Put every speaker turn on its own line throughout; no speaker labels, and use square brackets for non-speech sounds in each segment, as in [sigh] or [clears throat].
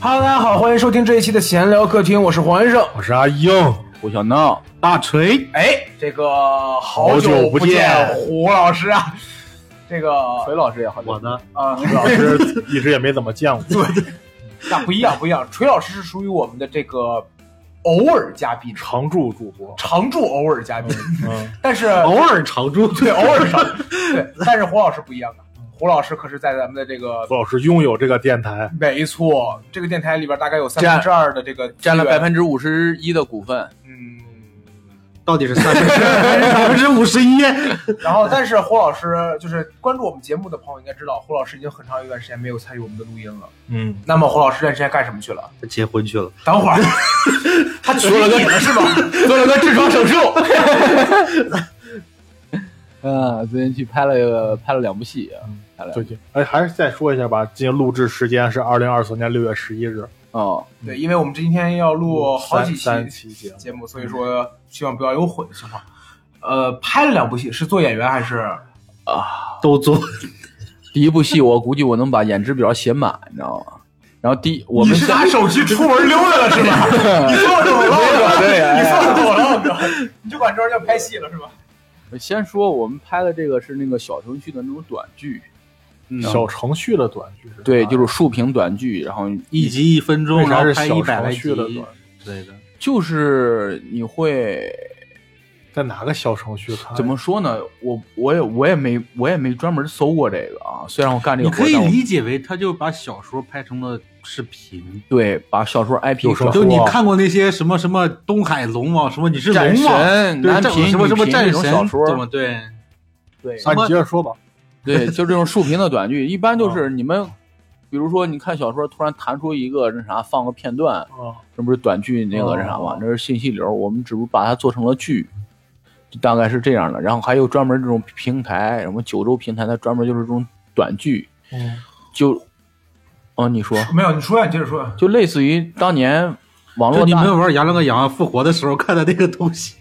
Hello，大家好，欢迎收听这一期的闲聊客厅，我是黄先生。
我是阿英，
胡小闹，
大锤，
哎，这个好
好久
不
不见
胡老师啊，这个
锤老师也好久
我呢
[laughs] 呃，
老师 [laughs] 一直也没怎么见过。
那不一样不一样，锤老师是属于我们的这个偶尔嘉宾，
常驻主播，
常驻偶尔嘉宾，
嗯，
[laughs] 但是
尔常驻，
对偶尔常对，但是胡老师不一样的，胡老师可是在咱们的这个。
胡老师拥有这个电台，
没错，这个电台里边大概有三分之二的这个
占了
资源
百分之五十一的股份，
嗯，
到底是三分之百分之五十一？
[laughs] 然后但是胡老师就是关注我们节目的朋友应该知道，胡老师已经很长一段时间没有参与我们的录音了。
嗯，
那么胡老师这段时间干什么去了？
结婚去了，
等会儿， [laughs] 他娶了个你了是吗？
做了个痔疮手术。嗯，最近去拍了个拍了两部戏啊，
嗯
拍了
最近哎，还是再说一下吧，今天录制时间是二零二四年六月十一日，
哦，
[laughs] 对，因为我们今天要录好几
三三
期
期节目，
节目，所以说希望不要有混情况。呃，拍了两部戏，是做演员还是？
都做
第一部戏我估计我能把演职表写满，你知道吗？然后第我们
你是拿手机出门溜达了是吗？ [laughs] 你做什么了？
对
你
哎
放走了哥， [laughs] 你就管这叫拍戏了是吧？
先说我们拍的这个是那个小程序的那种短剧，
嗯
小程序的短剧，
对，就是竖屏短剧，然后
一集一分钟，
为
然
啥
后
是
拍一
小
百来
程
集
序的短？
之类的。
就是你会
在哪个小程序看？
怎么说呢？我我也我也没我也没专门搜过这个啊，虽然我干这
你
个活，
可以
但我
理解为他就把小说拍成了视频，
对把小说 IP
有时候
就你看过那些什么什么东海龙王，什么你是
战
龙王，
神、
对
男
战
频、
什么什么
女频
战
这种
神，
小说，
怎么对？
对
啊，你接着说吧。
[laughs]
对，就这种竖屏的短剧，一般
哦
就是你们，比如说你看小说，突然弹出一个那啥，放个片段，
哦
啊，
这不是短剧那个那啥吗
哦？
这是信息流，我们只不过把它做成了剧，就大概是这样的。然后还有专门这种平台，什么九州平台，它专门就是这种短剧，
嗯，
就，哦，你说，
没有，你说呀，啊你接着说呀。
就类似于当年网
就
络
你
大
们玩《杨了个羊》复活的时候看的那个东西，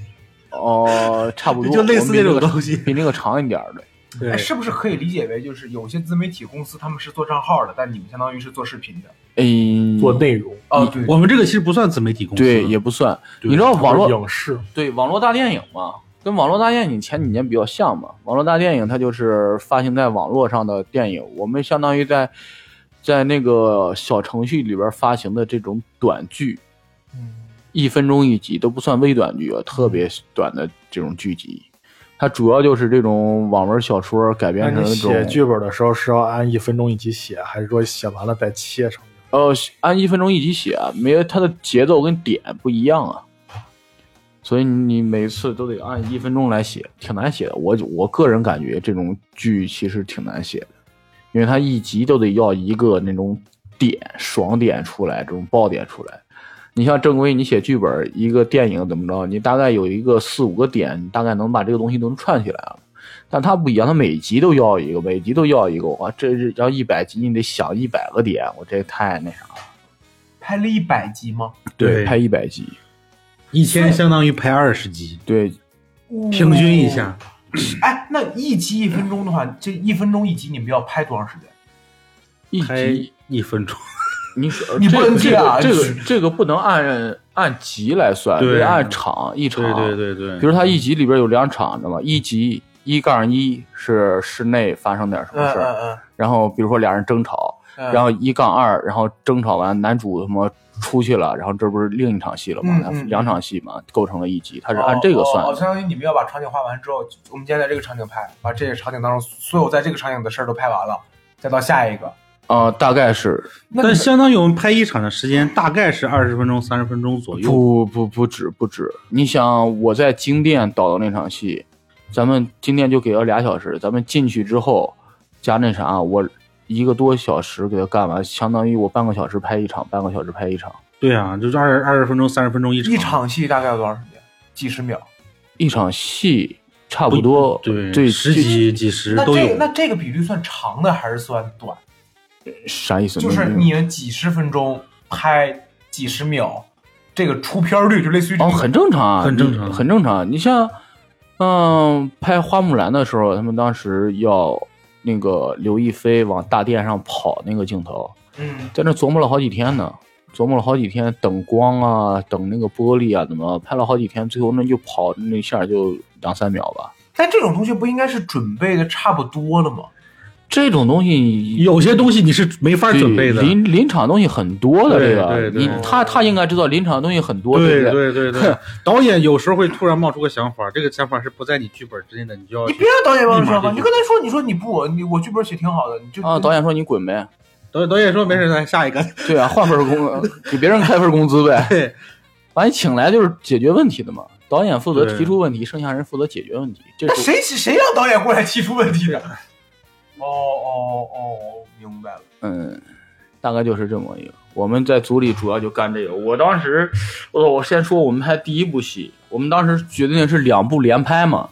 哦，差不多，
[laughs] 就类似
我们比
那种
个
东西
比那个长一点儿的。
对
哎，是不是可以理解为就是有些自媒体公司他们是做账号的，但你们相当于是做视频的？
嗯，
做内容，
哦，对，
我们这个其实不算自媒体公司，
对也不算，
对
你知道
它
网
不
络
是影视，
对网络大电影嘛，跟网络大电影前几年比较像嘛。网络大电影它就是发行在网络上的电影，我们相当于在在那个小程序里边发行的这种短剧，
嗯，
一分钟一集都不算微短剧啊，特别短的这种剧集。它主要就是这种网文小说改
那
编成
你
那
写
种，
剧本的时候是要按一分钟一集写，还是说写完了再切成？
呃，按一分钟一集写啊，没有它的节奏跟点不一样啊，所以你每次都得按一分钟来写，挺难写的。我我个人感觉这种剧其实挺难写的，因为它一集都得要一个那种点爽点出来，这种爆点出来。你像正规，你写剧本一个电影怎么着，你大概有一个四五个点，你大概能把这个东西都能串起来了。但它不一样，它每集都要一个，每集都要一个，哇，这是要一百集，你得想一百个点，我这太那啥了。
拍了一百集吗？
对
拍一百集，
一天相当于拍二十集，
对，
嗯
平均一下。
哎，那一集一分钟的话，这一分钟一集你们要拍多长时间？
一
拍
集
一分钟，
你说
你不能
这
这样
个这个
是
这个不能按按集来算，
对
得按场一场。
对对
比如它一集里边有两场，知道吗？一集一杠一是室内发生点什么事儿，
嗯
然后比如说俩人争吵，
嗯
然后一杠二，然后争吵完，男主他妈出去了，然后这不是另一场戏了吗
嗯？嗯嗯
两场戏嘛，构成了一集，它是按这个算
哦哦哦
的。
相当于你们要把场景画完之后，我们今天在这个场景拍，把这个场景当中所有在这个场景的事儿都拍完了，再到下一个。
啊，大概是
那你
但
们
相当于我们拍一场的时间大概是二十分钟、三十分钟左右。
不不不止不止。你想我在金店导的那场戏，咱们金店就给了俩小时，咱们进去之后加那啥，我一个多小时给它干完，相当于我半个小时拍一场，半个小时拍一场，
对啊，就是二二十分钟、三十分钟一场。
一场戏大概有多长时间？几十秒。
一场戏差不
不
多
对
最
十
最
几、几十
那
都
这个
有。
那这个比率算长的还是算短？
啥意思？
就是你们几十分钟拍几十秒，这个出片率就类似于这
哦，
个
很正常啊，
很正常
你很正常。你像，嗯，拍花木兰的时候，他们当时要那个刘亦菲往大殿上跑那个镜头，
嗯
在那琢磨了好几天呢，琢磨了好几天，等光啊，等那个玻璃啊，怎么拍了好几天，最后那就跑那一下就两三秒吧。
但这种东西不应该是准备的差不多了吗？
这种东西
有些东西你是没法
对
准备的。
临临场东西很多的，
对
这个
对对
你他他应该知道临场东西很多，
对
不对？
对对对，导演有时候会突然冒出个想法，这个想法是不在你剧本之内的，你就要
你别让导演帮你说
哦立马
好，
就
你跟他说，你说你不，你我剧本写挺好的，你就
啊，导演说你滚呗，
导导演说没事，咱下一个。
对啊，换份儿工， [laughs] 给别人开份儿工资呗。
对，
把你请来就是解决问题的嘛。导演负责
对
提出问题，剩下人负责解决问题。这
那
是
谁谁让导演过来提出问题的？哦哦哦，明白了。
嗯，大概就是这么一个。我们在组里主要就干这个。我当时，我我先说我们拍第一部戏，我们当时决定是两部连拍嘛，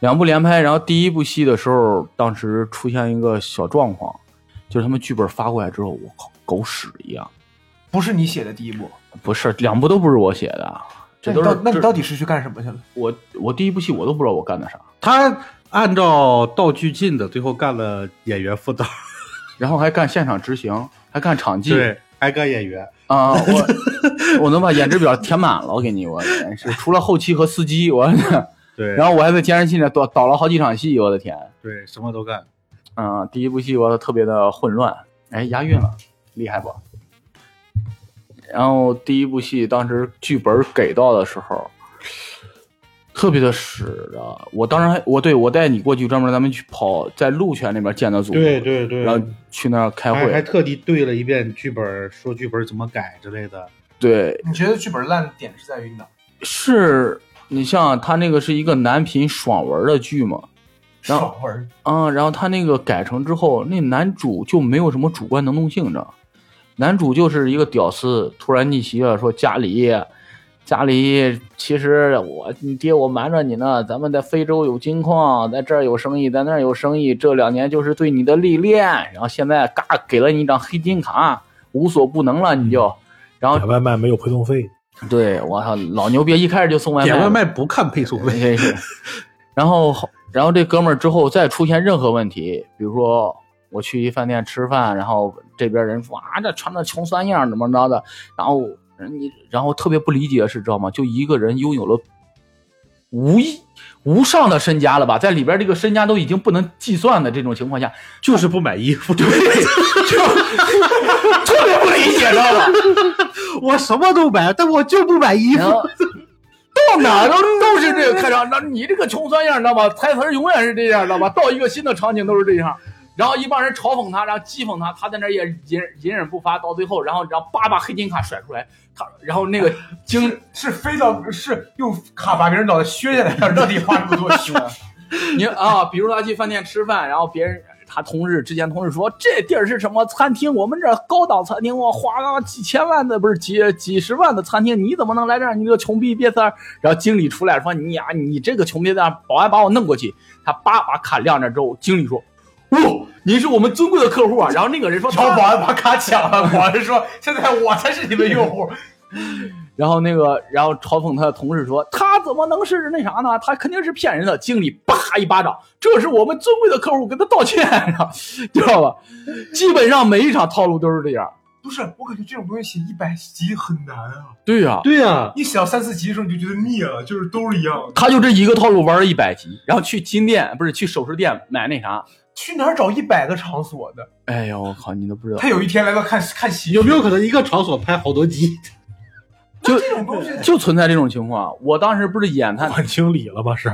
两部连拍。然后第一部戏的时候，当时出现一个小状况，就是他们剧本发过来之后，我靠，狗屎一样。
不是你写的第一部，
不是，两部都不是我写的，啊这都
那你
是
到那
这
你到底是去干什么去了？
我我第一部戏我都不知道我干的啥，
他按照道具进的，最后干了演员副导，
然后还干现场执行，还干场记
对，还干演员，
啊、我我能把演职表填满了，我给你，我真是除了后期和司机，我 [laughs]
对，
然后我还在监视器那导导了好几场戏，我的天，
对，什么都干。
嗯、第一部戏我特别的混乱，哎，押韵了，厉害不？然后第一部戏当时剧本给到的时候，特别的屎的，我当时还我对我带你过去专门咱们去跑在鹿泉那边建的组，
对对
然后去那儿开
还还
会，
特地对了一遍剧本，说剧本怎么改之类的。
对，
你觉得剧本烂的点是在于哪？
是你像他那个是一个男频爽文的剧嘛，然后
爽文，
啊，然后他那个改成之后，那男主就没有什么主观能动性，你知道吗？男主就是一个屌丝，突然逆袭啊了，说家里，家里其实我你爹我瞒着你呢，咱们在非洲有金矿，在这儿有生意，在那儿有生意，这两年就是对你的历练，然后现在嘎给了你一张黑金卡，无所不能了，你就，然后
点外卖没有配送费，
对我操老牛逼，一开始就送外卖，
点外卖不看配送费，
真是。 [laughs] 然后后，然后这哥们儿之后再出现任何问题，比如说我去一饭店吃饭，然后这边人说啊，这穿的穷三样怎么着的，然后你然后特别不理解的是，知道吗？就一个人拥有了无一无上的身家了吧，在里边这个身家都已经不能计算的这种情况下，
[laughs] 就是不买衣服。 [laughs] 对，
特别不理解，知道吧？
我什么都买，但我就不买衣
然
服。
后 [laughs] 到哪儿都都是这个开场，那你这个穷酸样，知道吧？台词儿永远是这样，知道吧？到一个新的场景都是这样，然后一帮人嘲讽他，然后讥讽他，他在那儿也隐隐忍不发，到最后，然后然后叭把黑金卡甩出来，他然后那个经，
是飞到是用卡把别人脑袋削下来，让让地花这么多血。
你啊，比如他去饭店吃饭，然后别人。他同事之前同事说这地儿是什么餐厅？我们这儿高档餐厅，我花了几千万的不是几几十万的餐厅，你怎么能来这儿？你这个穷逼瘪三儿！然后经理出来说你呀、你这个穷逼蛋，保安把我弄过去，他叭把卡亮着之后，经理说，哦，您是我们尊贵的客户啊。然后那个人说
然后保安把卡抢了，保安说：“现在我才是你们用户。
然后那个，然后嘲讽他的同事说：“他怎么能是那啥呢？他肯定是骗人的。”经理啪一巴掌，这是我们尊贵的客户，跟他道歉 [laughs] 呀，知道吧？基本上每一场套路都是这样。”
不是，我感觉这种东西写一百集很难啊！
对呀、
[laughs] 对呀，
你写到三四集的时候你就觉得腻了，就是都是一样的。
他就这一个套路玩了一百集，然后去金店不是去首饰店买那啥。
去哪儿找一百个场所的？
哎呦，我靠，你都不知道
他。有一天来到看看喜剧，
有没有可能一个场所拍好多集？
就
这种东西？
就存在这种情况。我当时不是演他，
管经理了吧？是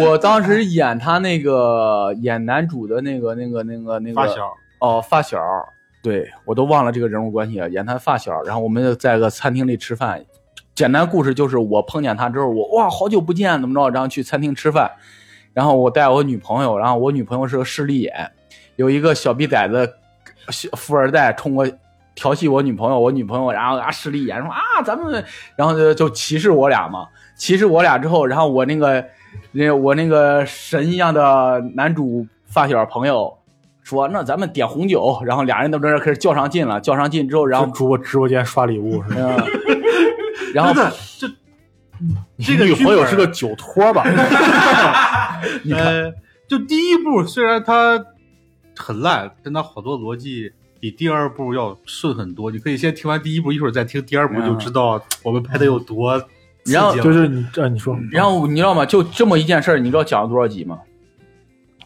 我当时演他那个演男主的那个那个那个那个
发小，
哦，发小，对我都忘了这个人物关系了，演他发小。然后我们就在个餐厅里吃饭，简单故事就是我碰见他之后，我哇好久不见怎么着，然后去餐厅吃饭，然后我带我女朋友，然后我女朋友是个势利眼，有一个小逼崽子，小富二代冲我。调戏我女朋友，我女朋友，然后啊势利眼说啊，咱们，然后就就歧视我俩嘛，歧视我俩之后，然后我那个那我那个神一样的男主发小朋友说，那咱们点红酒，然后俩人都在这儿开始较上劲了，较上劲之后，然后 [laughs]
就主播直播间刷礼物是吧？
嗯，然后
这个
女
剧
朋友
本
是个酒托 [laughs] 吧？
呃，就第一部虽然它很烂，但它好多逻辑比第二部要顺很多。你可以先听完第一部，一会儿再听第二部，
嗯
就知道我们拍的有多刺激
然后
了。
就是你这、你
嗯
说，
然后你知道吗？就这么一件事儿，你知道讲了多少集吗？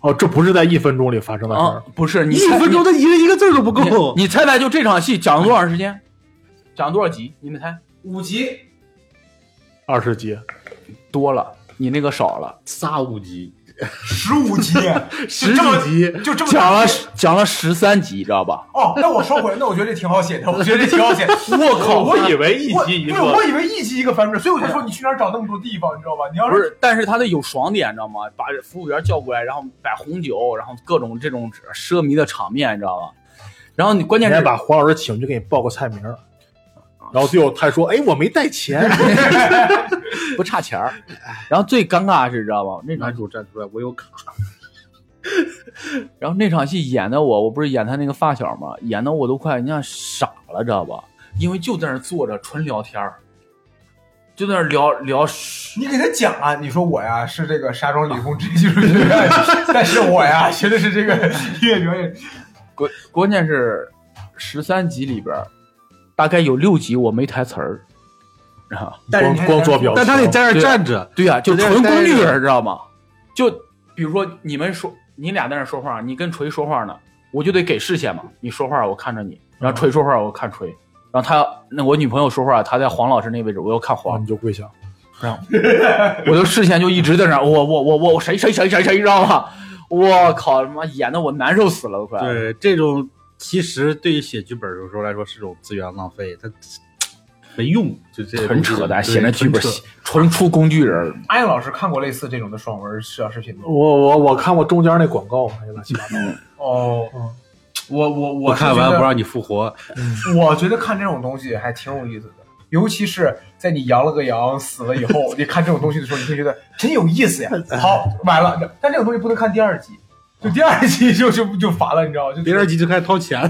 哦，这不是在一分钟里发生的事
啊
哦
儿，，
不是，你
一
猜
分钟，的一个一个字儿都不
你
够。
你你猜猜，就这场戏讲了多长时间？讲了多少集？你们猜？
五集，
二十集，
多了，你那个少了，
仨五集，
十五
[laughs]
集，
十
就这么
几集，
就这么
讲了讲了十三集，知道吧？
哦，那我收回来，那我觉得这挺好写的，我觉得这挺好写的。
[laughs] 我
靠
我以为一
我
集一
不是，
个
我以为一集一个翻本，所以我才说你去哪儿找那么多地方，你知道吧？你要
不是，但是他的有爽点，你知道吗？把服务员叫过来，然后摆红酒，然后各种这种奢靡的场面，你知道吗？然后你关键
人
是
家把黄老师请去给你报个菜名儿，然后最后他说：“哎，我没带钱。
[laughs]
不差钱儿， [laughs] 然后最尴尬是知道吗？那场
男主站出来，我有卡。
然后那场戏演的我，我不是演他那个发小嘛，演的我都快人家傻了，知道吧？因为就在那儿坐着纯聊天儿，就在那儿聊聊
你给他讲啊，你说我呀是这个沙庄理工职业技术学院， [laughs] 但是我呀学的是这个音乐表演。
关关键是十三集里边儿，大概有六集我没台词儿，啊，
但是
光
你还
光做表情，
但他得在这
对啊
儿站着，
对呀、就
就在
纯
那儿
攻
待
略，
着
知道吗？就比如说你们说，你俩在那儿说话，你跟锤说话呢，我就得给视线嘛，你说话我看着你，然后锤说话我看锤，然后他那我女朋友说话，她在黄老师那位置，我要看黄
哇，，你就跪下。
我就视线就一直在那儿，我我我我谁谁谁谁谁，知道吗？我靠，他妈演的我难受死了都快。
对这种，其实对于写剧本有时候来说是种资源浪费，它没用，就这
纯扯淡，
对
写那剧本
纯扯
写纯出工具人儿，
安老师看过类似这种的爽文视视频吗？
我我我看过中间那广告，哎呀，乱七八糟的。
哦，
嗯
我我我
我
是
看
觉
完
得
不让你复 [laughs] 活，
[laughs] 我觉得看这种东西还挺有意思的，尤其是在你阳了个阳死了以后，你看这种东西的时候，你会觉得真有意思呀。好，买了，但这种东西不能看第二集，就第二集就就就烦了，你知道吗？就
第二集就开始掏钱了。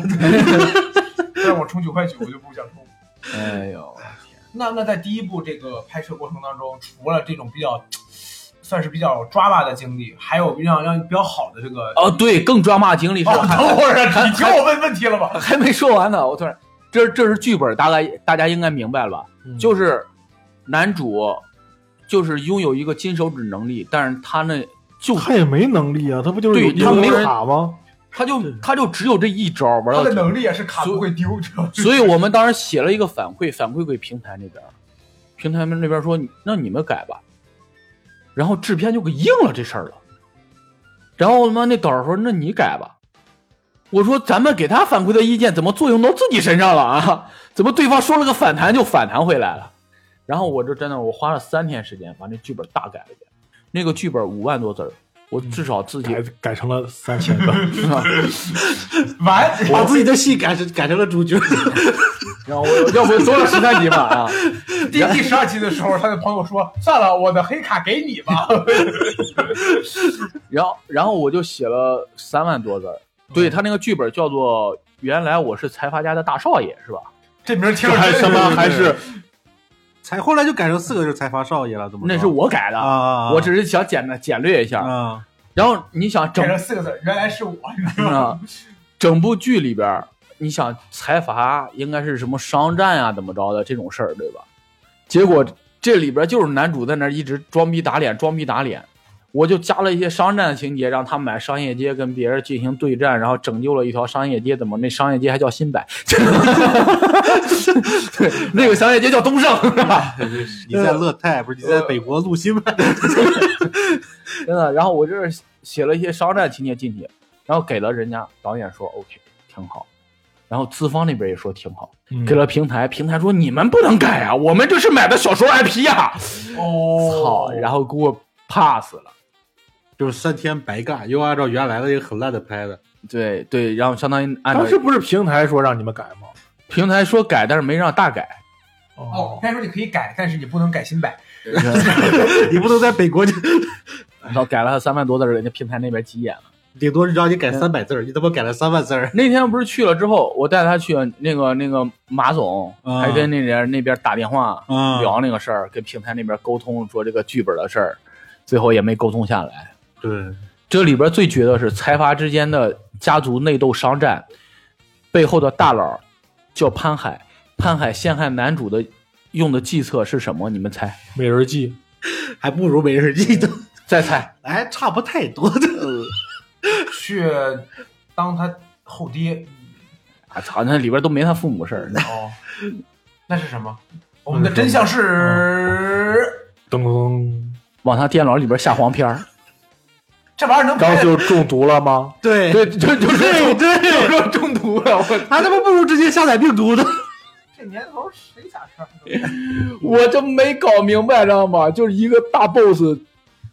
[laughs]
让我充九块九，我就不想充。
哎呦，
那那在第一部这个拍摄过程当中，除了这种比较算是比较抓马的经历，还有让让比较好的这个。
哦，对，更抓马经历是
哦，
吧？
等会儿啊， [laughs] 你听我问问题了吧？
还没说完呢，我突然，这这是剧本，大概大家应该明白了吧？
嗯
就是男主就是拥有一个金手指能力，但是他那就
他也没能力啊，他不就是
对
有
他没有
卡吗？
他就他就只有这一招玩
他
到
的
底。
能力也是卡不会丢，知道吗？
所以我们当时写了一个反馈，反馈给平台那边儿，平台们那边说那你们改吧，然后制片就给应了这事儿了，然后他妈那导儿说那你改吧，我说咱们给他反馈的意见怎么作用到自己身上了啊？怎么对方说了个反弹就反弹回来了？然后我就真的我花了三天时间把那剧本大改了一遍，那个剧本五万多字儿，我至少自己、
改改成了三千
[laughs]
个，
完，
把自己的戏改成改成了主角， [laughs]
然后我要不做了十三集嘛啊。
第第十二集的时候，他的朋友说：“算了，我的黑卡给你吧。
然后然后我就写了三万多字儿，对他那个剧本叫做《原来我是财阀家的大少爷》是吧？”
这名儿听
这
着
还
真
什么还是
才后来就改成四个字“财阀少爷”了，怎么着？
那是我改的，
啊啊，啊
我只是想简单简略一下。
啊，
然后你想整
改成四个字儿，原来是我，你知道吗？
啊，整部剧里边儿，你想财阀应该是什么商战啊，怎么着的这种事儿，对吧？结果这里边就是男主在那儿一直装逼打脸，装逼打脸。我就加了一些商战的情节，让他买商业街跟别人进行对战，然后拯救了一条商业街。怎么那商业街还叫新百？ [laughs] 对，那个商业街叫东胜，是吧？
你在乐泰，不是你
呃
在北国录新吗？
真的。然后我这是写了一些商战情节进去，然后给了人家导演说 OK 挺好，然后资方那边也说挺好，给了平台，平台说你们不能改啊，我们这是买的小说啊 IP 呀、
哦
操，然后给我 pass 了。
[laughs] 就是三天白干，又按照原来的那个很烂的拍的， [laughs]
对对，然后相当于按照
当时不是平台说让你们改吗？
平台说改，但是没让大改。
哦，，他说你可以改，但是你不能改新版。
你不能在北国就 [laughs]
然后改了三万多字儿，人家平台那边急眼了。
顶多让你改三百字儿，你他妈改了三万字儿。 [laughs]
那天不是去了之后，我带他去了那个那个马总，
啊
还跟那人那边打电话、
嗯
聊那个事儿，跟平台那边沟通说这个剧本的事儿，最后也没沟通下来。
对，
这里边最绝的是财阀之间的家族内斗商战，背后的大佬叫潘海，潘海陷害男主的用的计策是什么？你们猜？
美人计，
还不如没人记 [laughs] 得，
再猜？
哎，差不太多的。
去当他后爹
啊操！那里边都没他父母事儿。
哦，那是什么？我们的真相是，
噔噔，
往他电脑里边下黄片儿，
这玩意儿能
然后
拍
就中毒了吗？
[laughs]
[laughs]
对，[laughs]
对，就就是
对 [laughs] 对，
就是中毒了。我
还他妈不如直接下载病毒呢。
这年头谁咋事儿？
我就没搞明白，知道吗？就是一个大 boss，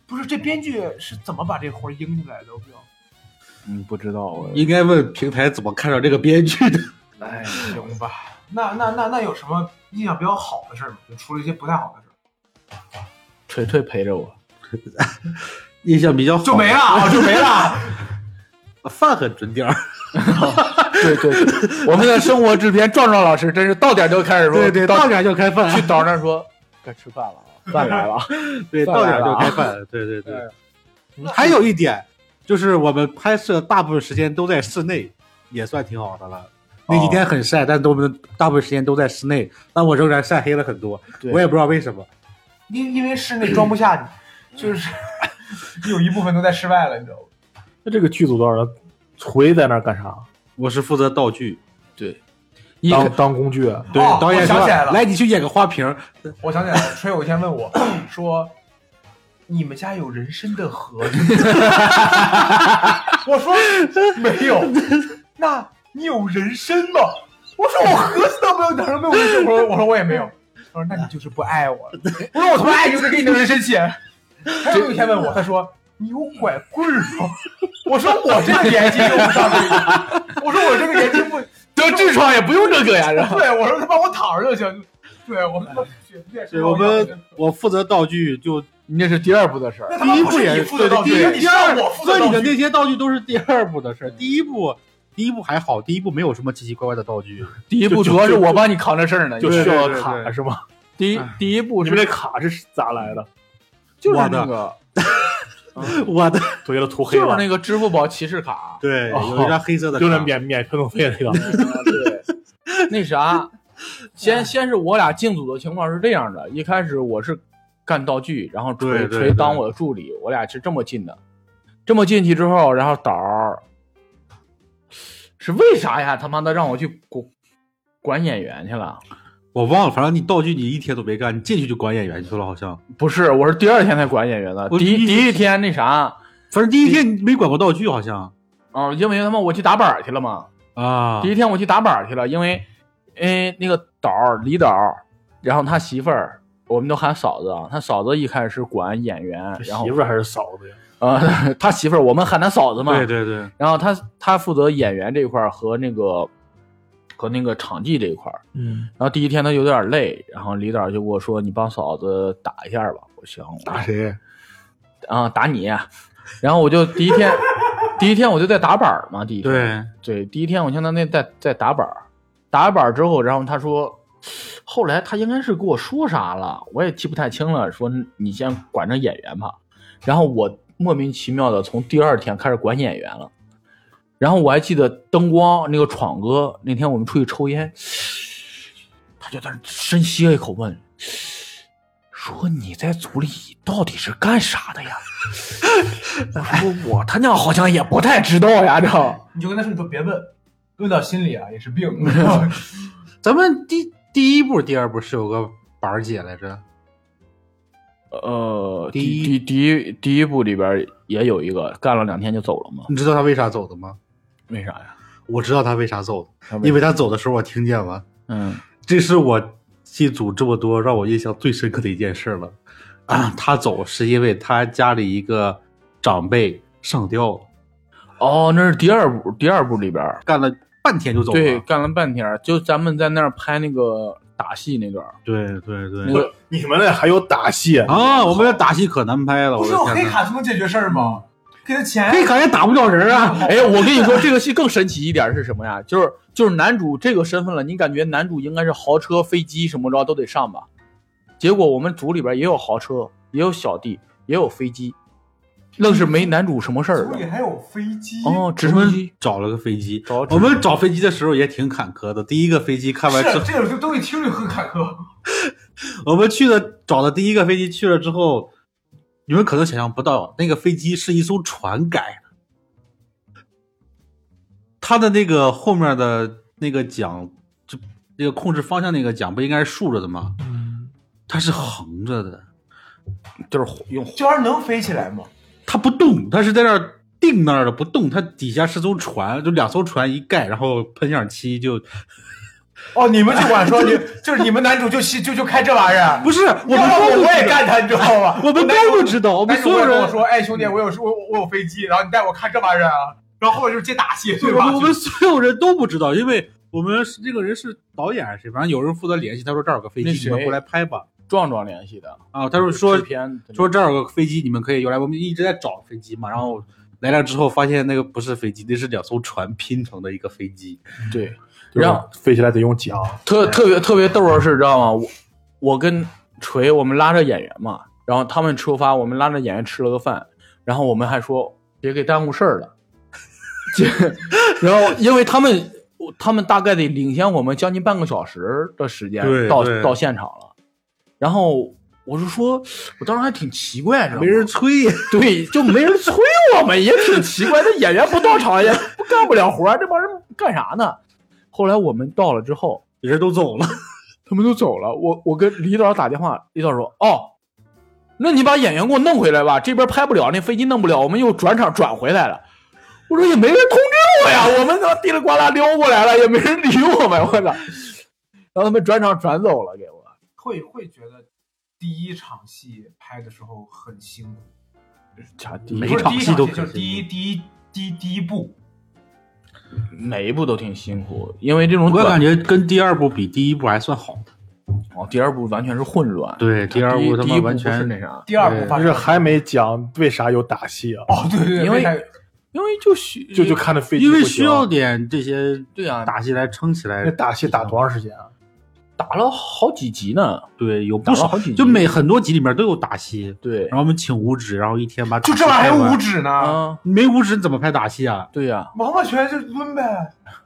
不是，这编剧是怎么把这活儿应下来的？我不知道。
嗯，不知道我
应该问平台怎么看上这个编剧的。
哎，行吧。那那那那有什么印象比较好的事儿吗？就除了一些不太好的事儿，
锤锤陪着我，
印象比较好，啊
就没了，啊，就没了。
饭很准 [laughs] 点儿。
对对，对我们的生活制片壮壮老师真是到点就开始说，
[laughs]
到
点儿就开饭
去导那儿说该吃饭了啊，饭来了啊，
对，
再
到点
来
儿
了
就
啊
开 [laughs] 饭，哎对对对。还有一点就是我们拍摄大部分时间都在室内，也算挺好的了。那几天很晒，但都不大部分时间都在室内，但我仍然晒黑了很多，
对
我也不知道为什么。
因因为室内装不下你，就是 [laughs] 有一部分都在室外了，你知道吗？
[laughs] 那这个剧组多少人？锤在那儿干啥？
我是负责道具，
对，一
当当工具？啊
对，
哦
导演说
我想起来了
来你去演个花瓶儿，
我想起来了，吹有一天问我 [coughs] 说：“你们家有人参的盒子吗？” [laughs] 我说：“没有。”那你有人参吗？我说我盒子都没有，哪儿都没有人参？我说我说我也没有。他说那你就是不爱我了。我说我他妈爱你，我得给你的人参钱。他又有一天问我，他说你有拐棍儿吗？我说我这个年纪用不上这个，我说我这个年纪不
得痔疮也不用这个呀，是吧？
对，我说他妈我躺着就行。对我们
对我们我负责道具就
[laughs] 你这是第二部的事儿，
那他
第
妈
一
不
部
是
也
你负责
对
道具，
第一
你是让我负责
所以
道
你的
具。
那些道具都是第二部的事儿，第一部第一部还好，第一部没有什么奇奇怪怪的道具，
第一部主要是我帮你扛这事儿呢，
就
你
需
知道吗
要
对对对
卡
对
是吗？
第一第一部
你
是
们这卡是咋来的？
就是
我
那
的
个
我的
对了，涂黑
就是
了，
那个支付宝骑士
[laughs]
卡，
对
哦
有一张黑色的卡，
就是免免喷费那
嗯
个。
对，那啥，先先是我俩进组的情况是这样的，一开始我是干道具，然后锤
对对
锤
对
当我的助理，我俩是这么进的，这么进去之后，然后导儿是为啥呀？他妈的让我去管管演员去了？
我忘了，反正你道具你一天都没干，你进去就管演员去了，好像。
不是，我是第二天才管演员的，
我
第一
第一
第一天那啥，
反正第一天你没管过道具，好像
哦，因为他妈我去打板儿去了嘛，
啊
第一天我去打板儿去了，因为，哎，那个导儿李导儿，然后他媳妇儿，我们都喊嫂子啊。他嫂子一开始是管演员，然
[laughs]
后
媳妇儿还是嫂子呀？
啊、 [laughs] 他媳妇儿我们喊他嫂子嘛。
对对对，
然后他他负责演员这一块儿和那个和那个场地这一块儿。
嗯，
然后第一天他有点累，然后李导儿就跟我说：“你帮嫂子打一下吧。”我行，
打谁？
啊打你。然后我就第一天第一天我就在打板儿嘛，第一天。
对，
对，第一天我相当于在在打板儿，打完板儿之后，然后他说，后来他应该是跟我说啥了，我也记不太清了，说你先管着演员吧。然后我莫名其妙的从第二天开始管演员了。然后我还记得灯光那个闯哥那天我们出去抽烟，他就在那儿深吸了一口问，说你在组里到底是干啥的呀？ [laughs] 我说我他娘好像也不太知道呀，这。
你就跟他说，你说别问，问到心里啊也是 [laughs] 病。
咱们第第一步、第二步是有个板儿姐来着，
呃，第
第
第
一
第一第一部里边也有一个干了两天就走了嘛？
你知道她为啥走的吗？
为啥呀？
我知道她为啥走的，
他为
因为她走的时候我听见了，
嗯，
这是我进组这么多让我印象最深刻的一件事了。啊，她走是因为她家里一个长辈上吊了，
哦，那是第二部，第二部里边儿
干了半天就走了。
对干了半天儿，就咱们在那儿拍那个打戏那段儿，
对对对
那个
你们那还有打戏？
啊啊，我们打戏可难拍了，
不
我
是
的
用
天
黑
呐。
卡就能解决事儿吗？给他钱
黑卡也打不了人啊。
哎，我跟你说，这个戏更神奇一点是什么呀？就是就是男主这个身份了，你感觉男主应该是豪车、飞机什么着都得上吧？结果我们组里边也有豪车，也有小弟，也有飞机，愣是没男主什么事儿
组里还有飞机，
哦，直
我
升
们
机
找了个飞机，
找
我们找飞机的时候也挺坎坷的。第一个飞机看完之
是
后，
这个东西听着很坎坷。
我们去的找的第一个飞机去了之后，你们可能想象不到，那个飞机是一艘船改的，它的那个后面的那个桨，就那个控制方向那个桨不应该是竖着的吗？它是横着的，
就是用
这玩意儿能飞起来吗？
它不动，它是在那儿定那儿的不动，它底下是艘船，就两艘船一盖，然后喷上漆就
哦，你们就管说你就是你们男主就吸就就开这玩意儿，啊
不是我
要
们
不
都不
我也
知道，
干他，你知道吗？
[laughs] 我们都不知道，我们
男主
所有
过来跟
人
我说，哎兄弟，我有我有我有飞机，然后你带我看这玩意儿啊，然后后面就是接打戏，对
[laughs] 我
吧？
们我们所有人都不知道，因为我们是这个人是导演还是谁，反正有人负责联系，他说这儿有个飞
那
机，
谁
你们过来拍吧。
壮壮联系的。
啊，他说说
制片
说这儿有个飞机，你们可以游来。我们一直在找飞机嘛，然后来了之后发现那个不是飞机，那是两艘船拼成的一个飞机。
对，
就是
然后
飞起来得用桨，
特特别特别逗的是，知道吗？我我跟锤我们拉着演员嘛，然后他们出发，我们拉着演员吃了个饭，然后我们还说别给耽误事儿了。 [laughs] 结然后因为他们他们大概得领先我们将近半个小时的时间
对
到
对
到现场了，然后我就说，我当时还挺奇怪，知道吗
没人催，
[laughs] 对，就没人催我们，也挺奇怪。这演员不到场也不干不了活儿，这帮人干啥呢？后来我们到了之后，
人都走了。
他们都走了。我我跟李导打电话，李导说：“哦，那你把演员给我弄回来吧，这边拍不了，那飞机弄不了，我们又转场转回来了。”我说也没人通知我呀，我们他妈滴里呱啦溜过来了，也没人理我们，我操！然后他们转场转走了，给我。
会会觉得第一场戏拍的时候很辛苦，
咋地
每
不是
场
第一
戏都
就
很
是第一
辛
第一第一第一部，
每一部都挺辛苦，因为这种
我
短
感觉跟第二部比，第一部还算好的。
哦，第二部完全是混乱。
对，第二
第一
部他
第一
妈
部
完
不是
全
那啥，
第二部发
但
生
是还没讲为啥有打戏啊？
哦对对，对
因为
没太
因为就需
就就看着飞机
因为
不行
需要点这些
对啊，打
打戏来撑起来
那。打戏打多长时间啊？
打了好几集呢，
对，有
打
不
了
少，
好几集，
就每很多集里面都有打戏。
对
然，后我们请五指，然后一天把
就这玩意儿还有
有
五，指呢，
啊，
没五指你怎么拍打戏啊？
对呀、
完完全全就抡呗。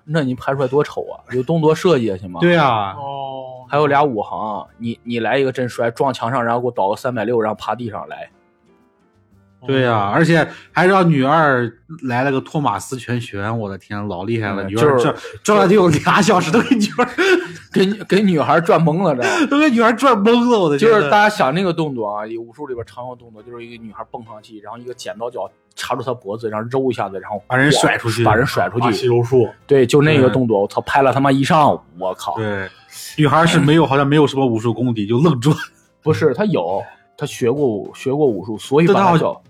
那你拍出来多丑啊！有动作设计啊行吗？，
对啊，
哦，
还有俩五行，你你来一个真摔，撞墙上，然后给我倒个三百六，然后趴地上来，
对呀、而且还让女二来了个托马斯全旋，我的天，老厉害了！
嗯
女二
就是
转转了得有俩小时，都给女儿
给给女孩转懵了，这
[laughs] 都给女儿转懵了，我的
就是大家
大
想那个动作啊，武术里边常用动作就是一个女孩蹦上去，然后一个剪刀脚插住她脖子，然后揉一下子，然后
把人甩出去，啊
把人甩出
巴西
去，
柔术，
对，就那个
嗯
动作，我操，拍了他妈一上午，我靠！
对，女孩是没有，好像没有什么武术功底，就愣转。
不是，他有，他学过武学过武术，所以
但
把
他好
嗯他叫。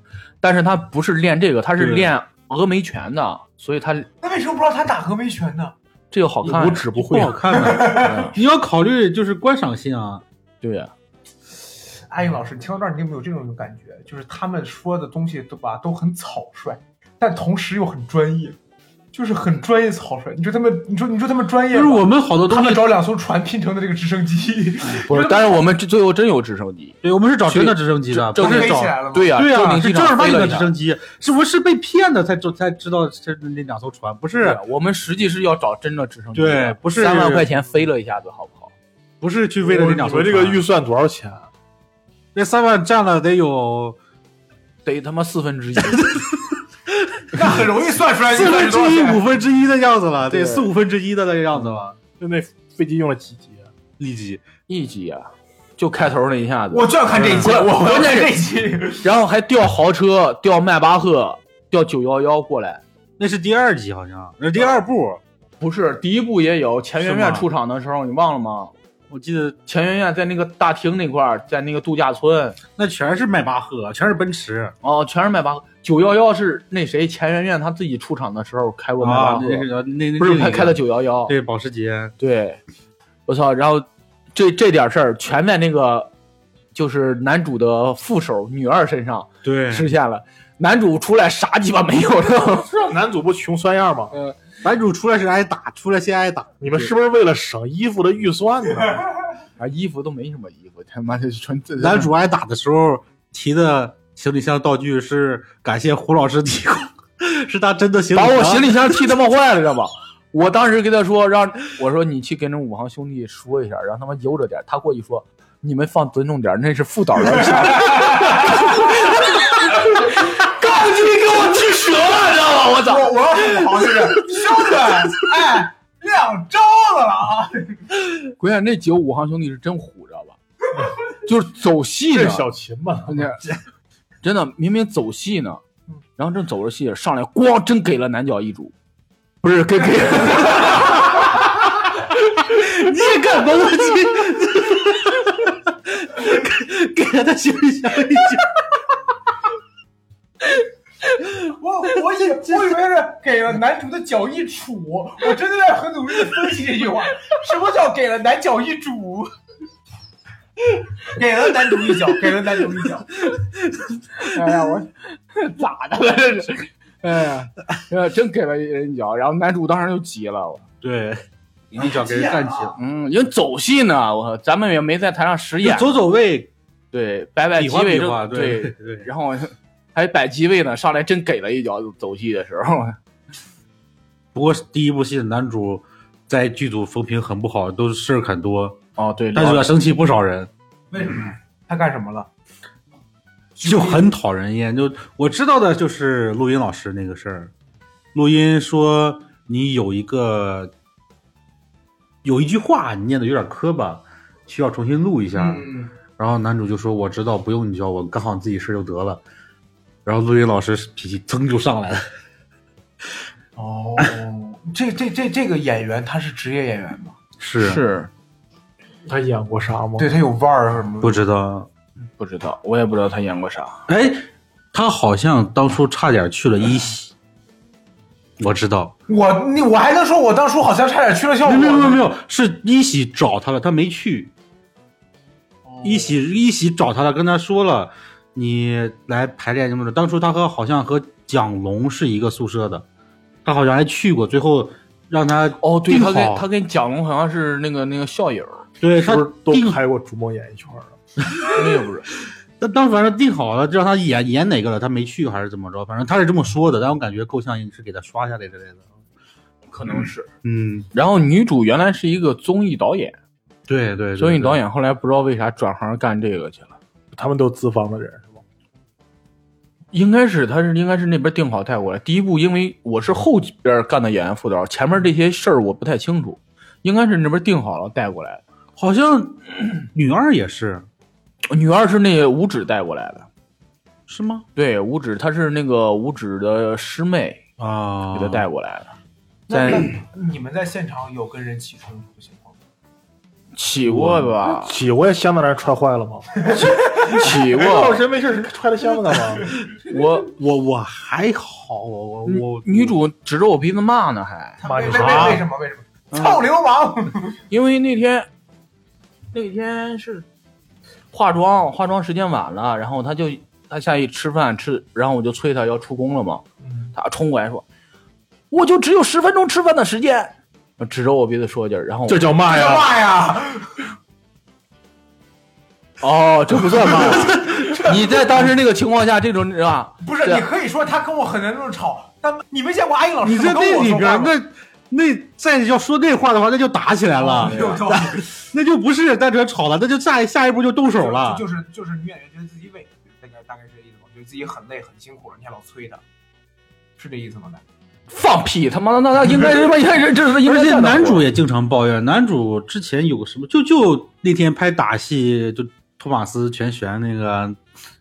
但是他不是练这个，他是
对
练峨眉拳的，所以他
那为什么不知道他打峨眉拳呢？
这个好看。
五指不会
不好啊看的，
嗯
[laughs] 你要考虑就是观赏性啊。
对呀、
阿英老师，你听到这儿，你有没有这种感觉？就是他们说的东西，对吧，都很草率，但同时又很专业，就是很专业草率。你说他们，你说你说他们专业
就
吗，
是我们好多
他
东
们
西，嗯
找两艘船拼成的这个直升机，
不是，但是我们这最后真有直升机。
对，我们是找真的直升机的，
这
不
这
是
飞
找
起。来了吗？
对呀、
对
正
啊，
经
是
机
正
场
儿八
飞
经
了
的
一
直
下
升机，是我是被骗的才知才知道是那两艘船，不
对
是
啊我们实际是要找真的直升机的，
对不是
三万块钱飞了一下子，好不好？
不是去为了那两
你
啊艘
们
船。
这个预算多少钱？啊
那三万占了得有
得他妈四分之一，
[laughs] 那很容易算出来。
四
你看
分之一、
是多少钱
五分之一的样子了，
对
得四五分之一的那个样子吧。
那那飞机用了几啊集？
立即，
一集啊，就开头那一下子，
我就要看这一集，
嗯
我要
关键
看
是
这一集。
然后还调豪车、调迈巴赫、调九幺幺过来。
那是第二集好像，那是第二部，
不是，第一部也有钱媛
是
媛
吗
出场的时候，你忘了吗？
我记得
钱媛媛在那个大厅那块儿，在那个度假村，
那全是迈巴赫，全是奔驰
哦，全是迈巴赫。九幺幺是那谁钱媛媛她自己出场的时候开过迈巴
啊，
赫，
那是那那
不是
另一
开
个
开的九幺幺？
对保时捷，
对，我操！然后这这点事儿全在那个就是男主的副手女二身上
对
实现了。男主出来啥鸡巴没有了， [laughs]
知道男主不穷酸样吗？
男主出来是挨打，出来先挨打，
你们是不是为了省衣服的预算呢？
啊，衣服都没什么衣服，他妈的穿
男主挨打的时候提的行李箱道具是感谢胡老师提供，是他真的行李
把
箱。
我 [laughs] 行李箱踢他妈坏了，知道吧？我当时跟他说，让我说你去跟那五行兄弟说一下，让他们悠着点。他过去说，你们放尊重点，那是副导的箱。 [laughs] 杠精给我踢折了，知道吗？
我
我操！
我要很好，就是兄弟，哎，亮招子了啊！
关键那几个五行兄弟是真虎，知道吧？就是走戏 [laughs]
这 [laughs]
呢
是，小秦嘛，
真的，真的明明走戏呢，然后正走着戏，上来咣，真给了男角一主，不是 [laughs] 给给。
你也敢蒙我去？给给了他行李箱
[laughs]
一下，
我我以我以为是给了男主的脚一杵，我真的在很努力的分析这句话，什么叫给了男脚一杵？给了男主一脚，给了男主一脚。
[laughs]
哎呀，我
咋的了？这是， [laughs] 哎呀，呃，真给了人一脚，然后男主当时就急了，我，
对，
一脚
给人干起
了。
嗯，因为走戏呢，我咱们也没在台上实演，
走走位，
对，摆摆
比
哎机
划
位
比
就
划，
对
[laughs] 对，
然后还摆机位呢，上来真给了一脚，走戏的时候，
不过第一部戏的男主在剧组风评很不好，都是事儿很多，
哦，对，
男主要生气不少人，
为什么？他干什么了？
就很讨人厌。就我知道的就是录音老师那个事儿，录音说你有一个有一句话你念的有点磕巴，需要重新录一下。
嗯，
然后男主就说：“我知道，不用你教我，干好你自己事就得了。”然后录音老师脾气噌就上来了。
哦，这这这这个演员他是职业演员吗？
是
是
他演过啥吗？
对他有腕儿什么的？
不知道。
不知道，我也不知道他演过啥，
哎，他好像当初差点去了一喜。我知道，
我你我还能说我当初好像差点去了效
没
果？
有没有没有没有，是一喜找他了，他没去。一喜一喜找他了，跟他说了，你来排练什么的。当初他和好像和蒋龙是一个宿舍的，他好像还去过，最后让他
哦，对
定
他跟
好
他跟蒋龙好像是那个那个校友，
对
是
他
不是
定
都拍过《逐梦演艺圈》了？
那个不是，
那当时反正定好了，让他演演哪个了，他没去还是怎么着？反正他是这么说的，但我感觉够像是给他刷下来之类的。
可能是。
嗯，
然后女主原来是一个综艺导演，
对对对，
综艺导
演
演后来不知道为啥转行干这个去了。
他们都资方的人是吗？
应该是他是应该是那边定好带过来。第一部因为我是后边干的演员副导，前面这些事儿我不太清楚，应该是那边定好了带过来
好像 [clears throat] 女二也是
的。女二是那五指带过来的，
是吗？
对，五指她是那个五指的师妹
啊
给她带过来的，
那
在
那你们在现场有跟人起冲突的情况吗？
起过吧，
起我也箱子让人踹坏了吗？
起
哎老
过。
[laughs] 师没事踹他箱子干嘛？
我
我我还好，我我我
女主指着我鼻子骂呢，还
他
妈
为
你
为
啥
为为什么为什么？臭流氓！
因为那天那天是化妆，化妆时间晚了，然后她就她下去吃饭吃，然后我就催她要出宫了嘛。他冲过来说：“我就只有十分钟吃饭的时间。”指着我鼻子说一句儿，然后
[laughs]
我
这叫
[laughs]
哎
骂呀！
骂呀！
哦，这不算骂。你在当时那个情况下，这种是吧？
不是，
对
你可以说他跟我很严重的吵，但你没见过阿英老师
啊你在
怎么跟
那
我
里
说话
边
吗
那那再要说那话的话，那就打起来了，
没有错
那就不是单纯吵了，那就下一下一步就动手了
就。就是就是女演员觉得自己委屈，大概大概是这意思吧，觉得自己很累很辛苦了，你还老催她，是这意思吗？
放屁！他妈的，那那应该是应该是这是应
而
该
且
这
男主也经常抱怨，男主之前有个什么，就就那天拍打戏，就托马斯全旋那个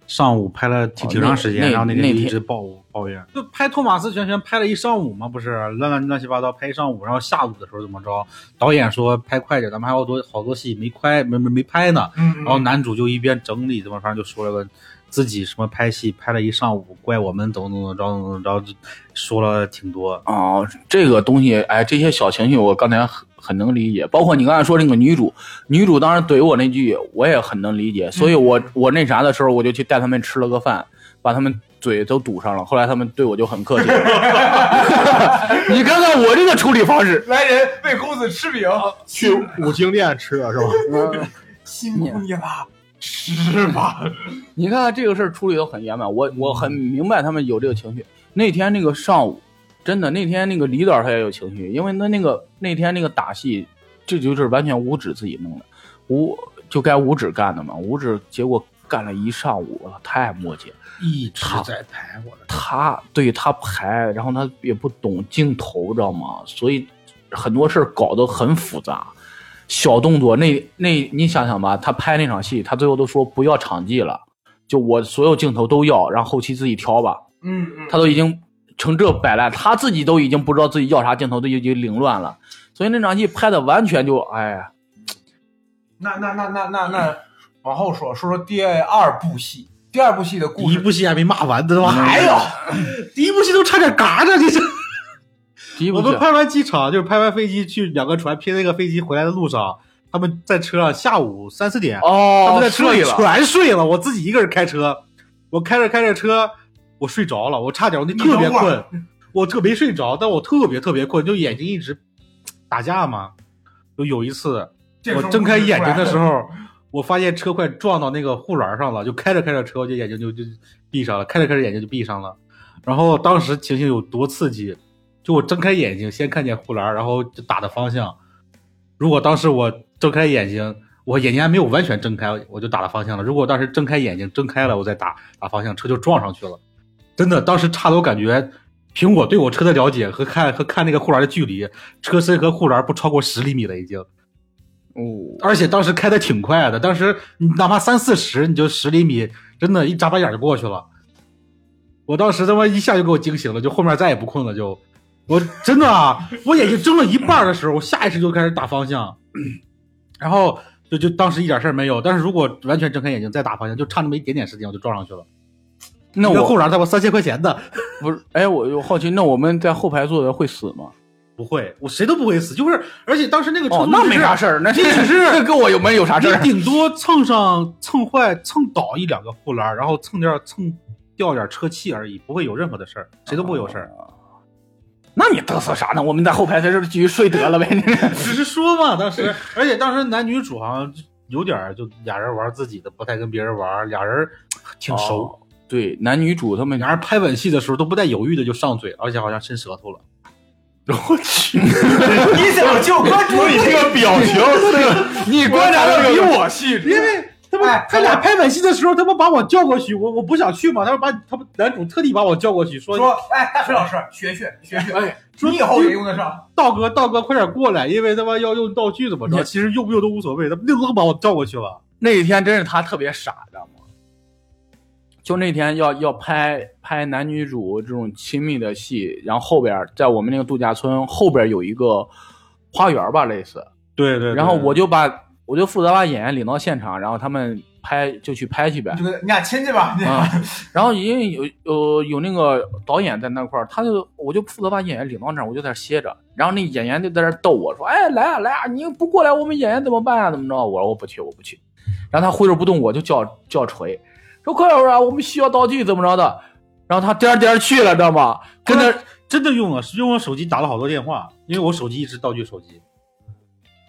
上午拍了挺
哦
挺长时
那
间，然后
那
天就
天
一直抱抱怨，就拍托马斯全旋拍了一上午嘛，不是乱乱乱七八糟拍一上午，然后下午的时候怎么着，导演说拍快点，咱们还有多好多戏没拍没没没拍呢，
嗯
然后男主就一边整理，怎么反正就说了个自己什么拍戏拍了一上午，怪我们怎么怎么着怎么着，说了挺多。
哦，这个东西，哎，这些小情绪我刚才很很能理解，包括你刚才说那个女主，女主当时怼我那句，我也很能理解，所以我、我那啥的时候，我就去带他们吃了个饭，把他们嘴都堵上了，后来他们对我就很客气， [laughs] 你看看我这个处理方式，
来人为公子吃饼，
哦
去五金店吃的是吧？ [laughs]
辛苦你
[laughs]
了，吃吧。
你看看这个事儿处理的很圆满，我我很明白他们有这个情绪。那天那个上午，真的那天那个李导他也有情绪，因为那那个那天那个打戏，这就是完全五指自己弄的，五就该五指干的嘛，五指结果干了一上午，我操太磨叽了。
一直在排我的，
他对他排，然后他也不懂镜头，知道吗？所以很多事儿搞得很复杂。小动作，那那你想想吧，他拍那场戏，他最后都说不要场记了，就我所有镜头都要，让后期自己挑吧。
嗯嗯，
他都已经成这摆烂，他自己都已经不知道自己要啥镜头，都已经凌乱了。所以那场戏拍的完全就，哎呀，
那那那那那那，往后说说说第二部戏，第二部戏的故
第一
事。
部戏还没骂完，呢，还有，嗯第一部戏都差点嘎着，你这。
第一部
[laughs] 我
戏
们拍完机场，就是拍完飞机去两个船拼那个飞机回来的路上，他们在车上下午三四点，他
哦
们在车
睡
里
了，
全睡了，我自己一个人开车，我开着开着车，我睡着了，我差点我那特别
你等会
困，我特别睡着，但我特别特别困，就眼睛一直打架嘛。就有一次，
这个
我
时候
睁开眼睛的时
出来了，
候，我发现车快撞到那个护栏上了，就开着开着车，我就眼睛就就闭上了，开着开着眼睛就闭上了。然后当时情形有多刺激，就我睁开眼睛先看见护栏，然后就打的方向。如果当时我睁开眼睛，我眼睛还没有完全睁开，我就打了方向了。如果当时睁开眼睛睁开了，我再打打方向，车就撞上去了。真的，当时差的我感觉，凭我对我车的了解和看和看那个护栏的距离，车身和护栏不超过十厘米了已经。
哦，
而且当时开的挺快的，当时你哪怕三四十，你就十厘米，真的，一眨巴眼就过去了。我当时他妈一下就给我惊醒了，就后面再也不困了，就我真的啊， [laughs] 我眼睛睁了一半的时候，我下意识就开始打方向， [coughs] 然后就就当时一点事儿没有，但是如果完全睁开眼睛再打方向，就差那么一点点时间我就撞上去了。
那
一个
我
护栏他妈三千块钱的，
不是，哎，我就好奇，那我们在后排坐的会死吗？
不会，我谁都不会死，就是而且当时那个车
[laughs] 哦，
速
那
就是
没啥事 [laughs] 儿，那
你只是
这跟我有没有啥事儿啊
你？顶多蹭上、蹭坏、蹭倒一两个护栏，然后蹭点、蹭掉点车气而已，不会有任何的事儿，谁都不会有事儿。啊
那你嘚瑟啥呢？我们在后排在这儿继续睡得了呗。
[laughs] 只是说嘛，当时，而且当时男女主好像有点儿就俩人玩自己的，不太跟别人玩，俩人挺熟，
哦对，男女主他们，
俩人拍吻戏的时候都不带犹豫的就上嘴，而且好像伸舌头了。
我去，
[laughs] 你怎么就关注你这个表情？
[laughs] 你观察的比我细致。
因为他们
哎
他俩拍吻戏的时候，他们把我叫过去，我我不想去嘛，他们把他们男主特地把我叫过去说
说，哎，大锤老师，学学学学，你以后也用得上。
道哥，道哥，快点过来，因为他妈要用道具怎么着？
你
其实用不用都无所谓，他们愣把我叫过去了。
那一天真是他特别傻，知道吗？就那天要要拍拍男女主这种亲密的戏，然后后边在我们那个度假村后边有一个花园吧，类似。
对对
然后我就把我就负责把演员领到现场，然后他们拍就去拍去呗。
你你俩亲戚吧，你
哎啊，然后因为有有有那个导演在那块儿，他就我就负责把演员领到那儿，我就在那儿歇着。然后那演员就在那儿逗我说：“哎，来啊来啊，你不过来，我们演员怎么办啊？怎么着？”我说：“我不去，我不去。”然后他挥手不动，我就叫叫锤，说：“快点儿啊，我们需要道具，怎么着的？”然后他颠儿颠儿去了，知道吗？跟那儿
真的用了，用我手机打了好多电话，因为我手机一直道具手机。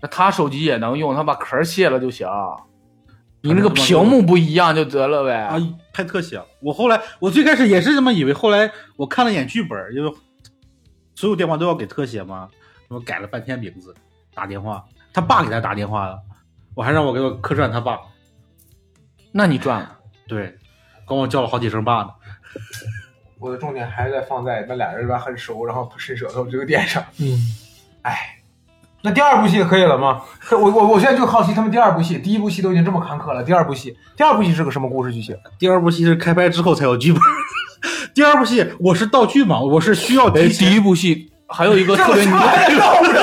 那他手机也能用，他把壳儿卸了就行。你
反正
那个
他妈
屏幕不一样就得了
啊
呗。，
拍特写了。我后来，我最开始也是这么以为，后来我看了眼剧本，因为所有电话都要给特写嘛，我改了半天名字，打电话，他爸给他打电话了，我还让我给我客串他爸，
那你赚了。
对，管我叫了好几声爸呢。
[laughs] 我的重点还是在放在那俩人吧很熟，然后伸舌头这个点上。
嗯，
哎，那第二部戏可以了吗？可我我我现在就好奇，他们第二部戏，第一部戏都已经这么坎坷了，第二部戏，第二部戏是个什么故事剧情？
第二部戏是开拍之后才有剧本。 [laughs] 第二部戏我是道具嘛，我是需要
哎，
提前
第一部戏还有一个特别牛。
也到不了，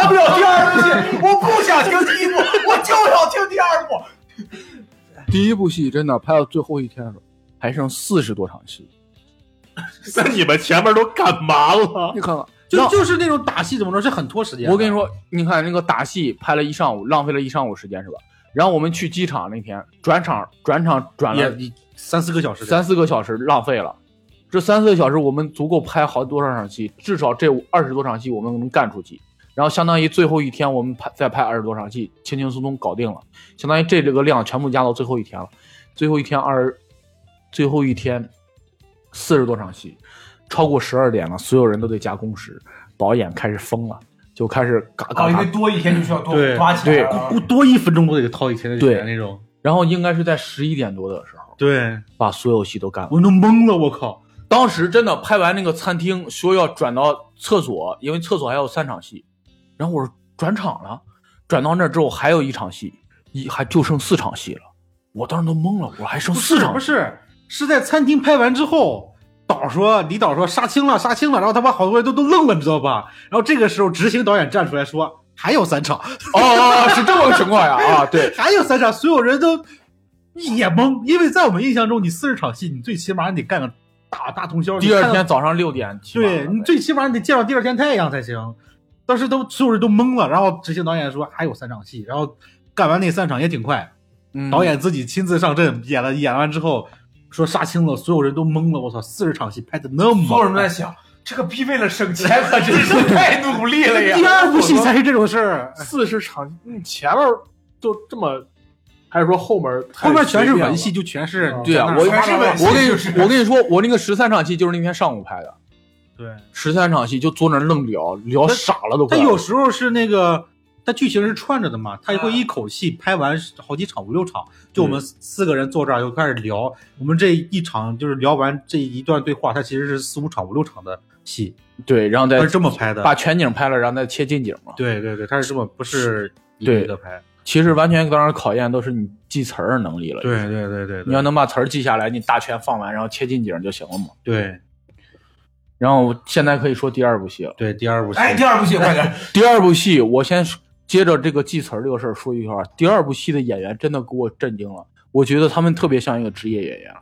到不了第二部戏，我不想听第一部，我就要听第二部。
第一部戏真的拍到最后一天的时候，还剩四十多场戏，
[laughs] 那你们前面都干嘛了？
你看看，
就
浪
就是那种打戏怎么说是很拖时间的。
我跟你说，你看那个打戏拍了一上午，浪费了一上午时间是吧？然后我们去机场那天转场，转场转
也，
了
也三四个小时这样，
三四个小时，浪费了。这三四个小时我们足够拍好多少场戏？至少这二十多场戏我们能干出去。然后相当于最后一天我们拍再拍二十多场戏，轻轻松松搞定了，相当于这这个量全部压到最后一天了。最后一天二，最后一天四十多场戏，超过十二点了，所有人都得加工时，导演开始疯了，就开始嘎
啊，
嘎
因
嘎
为多一天就需要多
对
花钱啊。
我多一分钟都得掏一天的
对
钱那种。
然后应该是在十一点多的时候，
对，
把所有戏都干完。
我都懵了，我靠！
当时真的拍完那个餐厅，说要转到厕所，因为厕所还有三场戏。然后我说转场了，转到那儿之后还有一场戏，一还就剩四场戏了。我当时都懵了，我说还剩
不
四
是啊
场
不 [laughs]
戏
是，是在餐厅拍完之后，导说李导说杀青了杀青了，然后他把好多人都都愣了，你知道吧？然后这个时候执行导演站出来说还有三场，
哦哦，哦是这么个情况呀啊，对，
还有三场，所有人都一脸懵，因为在我们印象中，你四十场戏，你最起码你得干个大大通宵，
第
你
二
看到
天早上六点起码了，
对你最起码你得见到第二天太阳才行。当时都所有人都懵了，然后执行导演说还有三场戏，然后干完那三场也挺快，
嗯
导演自己亲自上阵演了，演完之后说杀青了，所有人都懵了，我操，四十场戏拍的那么快，
所有人都在想，这个逼为了省钱可真是太努力了
啊
呀！
第二部戏才是这种事儿，
四十场，你前面都这么，还是说后面
后面全是文戏，
戏？
就全是
啊对啊，我
我全是文戏
我跟
就是
你我跟你说，我那个十三场戏就是那天上午拍的，
对。
十三场戏就坐那儿愣聊聊傻了都嗯
他
快。
有时候是那个，他剧情是串着的嘛，他会一口气拍完好几场、五六场。就我
嗯
们四个人坐这儿就开始聊，我们这一场就是聊完这一段对话，它其实是四五场、五六场的戏，
对，然后再
它是这么拍的。
把全景拍了，然后再切近景嘛。
对对对，它是这么，不是一
对
个一个拍。
其实完全当然考验都是你记词儿能力了。
对对对对
你要
对，
能把词儿记下来，你大全放完，然后切近景就行了嘛。
对
然后现在可以说第二部戏了。
对，第二部戏，
哎，第二部戏快点，
第二部戏，我先接着这个记词儿这个事儿说一句话。第二部戏的演员真的给我震惊了，我觉得他们特别像一个职业演员。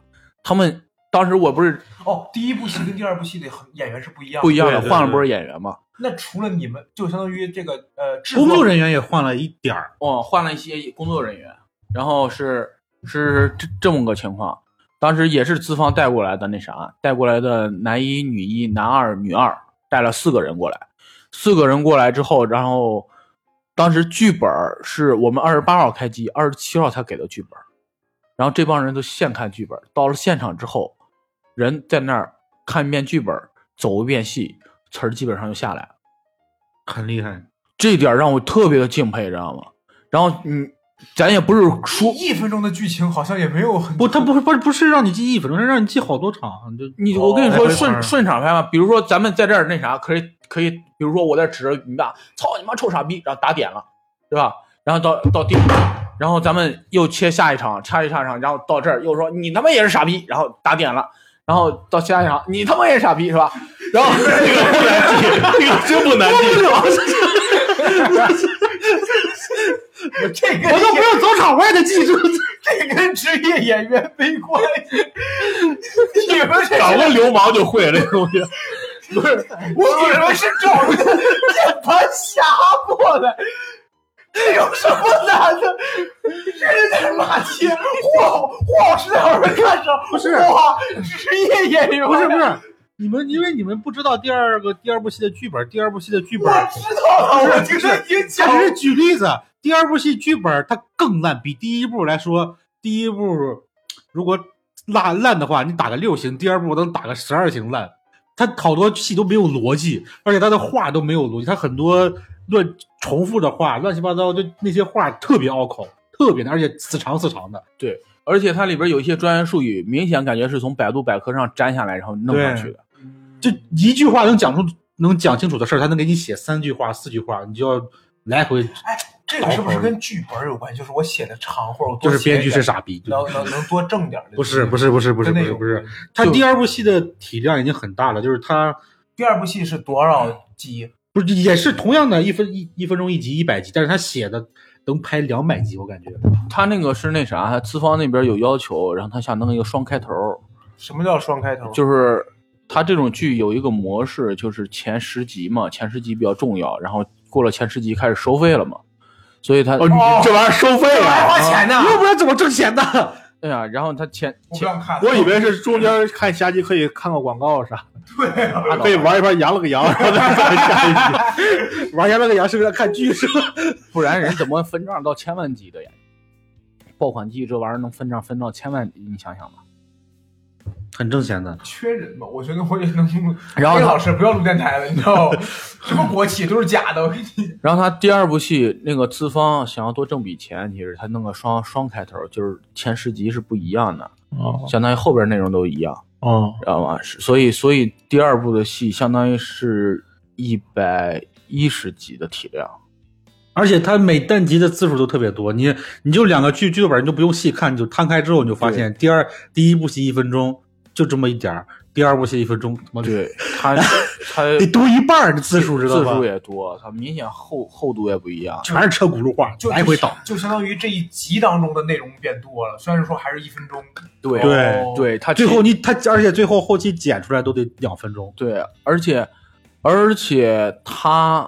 他们当时我不是
哦，第一部戏跟第二部戏的演员是不一样的，
不一样的
对对对
换了波演员嘛？
那除了你们，就相当于这个呃，制
工
作
作人员也换了一点儿，
哦，换了一些工作人员，然后是是这这么个情况。当时也是资方带过来的那啥，带过来的男一、女一、男二、女二，带了四个人过来。四个人过来之后，然后当时剧本儿是我们二十八号开机，二十七号才给的剧本儿。然后这帮人都现看剧本儿，到了现场之后，人在那儿看一遍剧本儿，走一遍戏，词儿基本上就下来了。
很厉害。
这一点让我特别的敬佩，知道吗？然后嗯，咱也不是说
一分钟的剧情好像也没有很
不，他不是不是不是让你记一分钟，是让你记好多场。就
你，我跟你
来
说
回
顺
玩
顺场拍嘛，比如说咱们在这儿那啥，可以可以，比如说我在指着你爸，操你妈臭傻逼，然后打点了，对吧？然后到到第五场，然后咱们又切下一场，下一场场，然后到这儿又说你他妈也是傻逼，然后打点了。然后到下一场，你他妈也是傻逼是吧？然后
[laughs] 这个不难记，这个真不难
[laughs]
记。
这跟
我都不用走场，我也得记住。
这跟职业演员没关
[laughs]
系。你们这
找个流氓就会这东西。
[laughs] 我以为是找个键盘侠过来，这有什么难的？这是在骂街，嚯嚯是在外面看着，
不是
哇，职业演员
[laughs] 不是不是，你们因为你们不知道第二个第二部戏的剧本，第二部戏的剧本
我，知道了，我听
不是
着你讲
假，只是举例子，第二部戏剧本它更烂，比第一部来说，第一部如果烂烂的话，你打个六星，第二部能打个十二星烂。它好多戏都没有逻辑，而且它的话都没有逻辑，它很多乱重复的话，乱七八糟，就那些话特别拗口，特别难，而且死长死长的。
而且它里边有一些专业术语，明显感觉是从百度百科上摘下来然后弄上
对
去的。
就一句话能讲出能讲清楚的事儿，他能给你写三句话、四句话，你就要来回。
这个是不是跟剧本有关系？就是我写的长，或者我多
就是编剧
写
是
一点
傻逼，
能能能多挣点儿的
不是不是不是不是
真
不
的
是
有
不是，他
就
第二部戏的体量已经很大了，就是他
第二部戏是多少集？
不是也是同样的一分一一分钟一集一百集，但是他写的能拍两百集，我感觉
他那个是那啥，资方那边有要求，然后他想弄一个双开头，
什么叫双开头？
就是它这种剧有一个模式，就是前十集嘛，前十集比较重要，然后过了前十集开始收费了嘛，所以它
哦，你这玩意儿收费
这玩意儿
啊？
花钱呢，
要不然怎么挣钱呢？
对啊，然后它前
我不
前
想看。
我以为是中间看下集可以看个广告啥，
对啊，
可以玩一盘羊了个 [laughs] 羊，然后再看下一集。
玩家那个羊是为了看剧是吧？
不然人怎么分账到千万级的呀？爆款季这玩意儿能分账分到千万级，你想想吧。
很挣钱的，
缺人嘛，我觉得 [laughs] 我也能录。
然后
哎
他
老师不要录电台了，你知道吗？ [laughs] 什么国企都是假的，我跟你
然后他第二部戏那个资方想要多挣笔钱，其实他弄个双双开头，就是前十集是不一样的，
哦
相当于后边内容都一样，
哦，
知道吗？啊是所以所以第二部的戏相当于是一百一十集的体量，
而且它每单集的字数都特别多，你你就两个剧剧本，你就不用细看，你就摊开之后你就发现，第二第一部戏一分钟就这么一点儿，第二部戏一分钟，他妈的
对他
[laughs]
他
得多一半儿的字数，知道
字
吧？
数也多，他明显厚厚度也不一样。
全是车轱辘话，
就啊
来回倒。
就相当于这一集当中的内容变多了，虽然说还是一分钟，哦
对
对
对，他
哦最
其
后你他，而且最后后期剪出来都得两分钟。
对，而且而且它，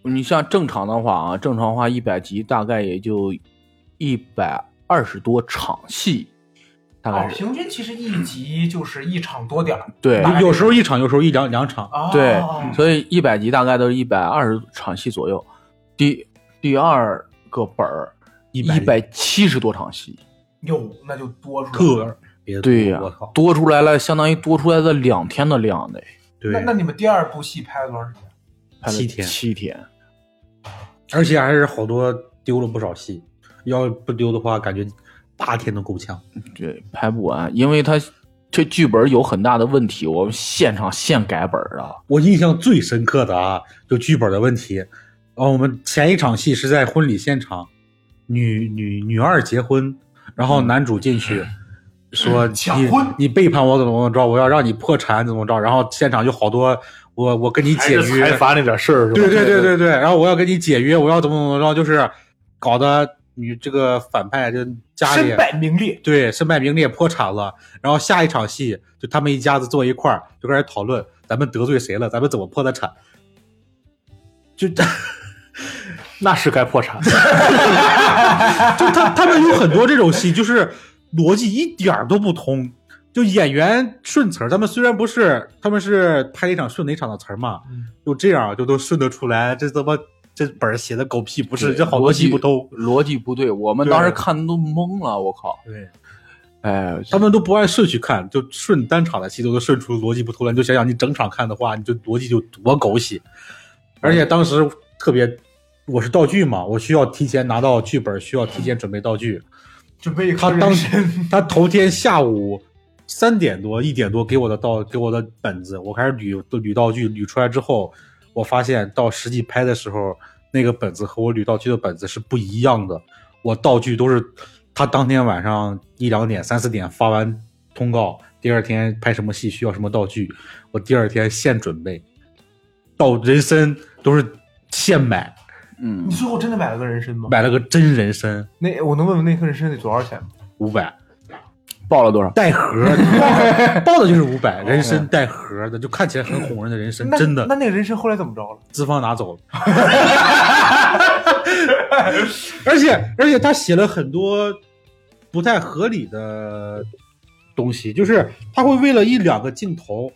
你像正常的话啊，正常话一百集大概也就一百二十多场戏，大
哦
概，是、
平均其实一集就是一场多点儿
对
大概
有时候一场，有时候一两两场。
啊。
对，所以一百集大概都是一百二十场戏左右。第第二个本儿一
100
百七十多场戏，
哟，那就多出来了。
特别多
对呀、
我靠，
多出来了，相当于多出来的两天的量得
对
那，那你们第二部戏拍了多长时间？
拍了
七天
七天，
而且还是好多丢了不少戏，要不丢的话，感觉八天都够呛。
对，拍不完，因为他这剧本有很大的问题，我们现场现改本儿啊。
我印象最深刻的啊，就剧本的问题。哦，我们前一场戏是在婚礼现场，女女女二结婚，然后男主进去、说你
抢婚
你背叛我怎么怎么着，我要让你破产怎么着，然后现场就好多我我跟你解
还是财
约，
阀那点事儿是吧？
对对对对对，然后我要跟你解约，我要怎么怎么着，就是搞得女这个反派就家里
身败名裂，
对，身败名裂破产了。然后下一场戏就他们一家子坐一块儿，就开始讨论咱们得罪谁了，咱们怎么破的产。就 [laughs] 就
那是该破产。
他他们有很多这种戏，就是逻辑一点儿都不通。就演员顺词儿，他们虽然不是，他们是拍哪场顺哪场的词儿嘛，就这样就都顺得出来。这他妈这本儿写的狗屁不是，这好
逻
多
辑
戏不通。
逻辑不对，我们
对
当时看都懵了，我靠！
对，
哎，
他们都不按顺序看，就顺单场的戏都都顺出逻辑不通了。你就想想，你整场看的话，你就逻辑就多狗血。而且当时特别，我是道具嘛，我需要提前拿到剧本，需要提前准备道具。
准备
他
坑人
当
参
他头天下午三点多一点多给我的道给我的本子，我开始捋捋道具，捋出来之后，我发现到实际拍的时候，那个本子和我捋道具的本子是不一样的。我道具都是他当天晚上一两点、三四点发完通告，第二天拍什么戏需要什么道具，我第二天现准备。到人参都是现买，
嗯
你，最后真的买了个人参吗？
买了个真人参
那我能问问那颗人参得多少钱吗？
五百。
报了多少？
带盒
[laughs]
儿，报的就是五百，人参带盒儿的，就看起来很哄人的人参，
哦那
真的
那那个人参后来怎么着了？
资方拿
[laughs]
走了。而且而且他写了很多不太合理的东西，就是他会为了一两个镜头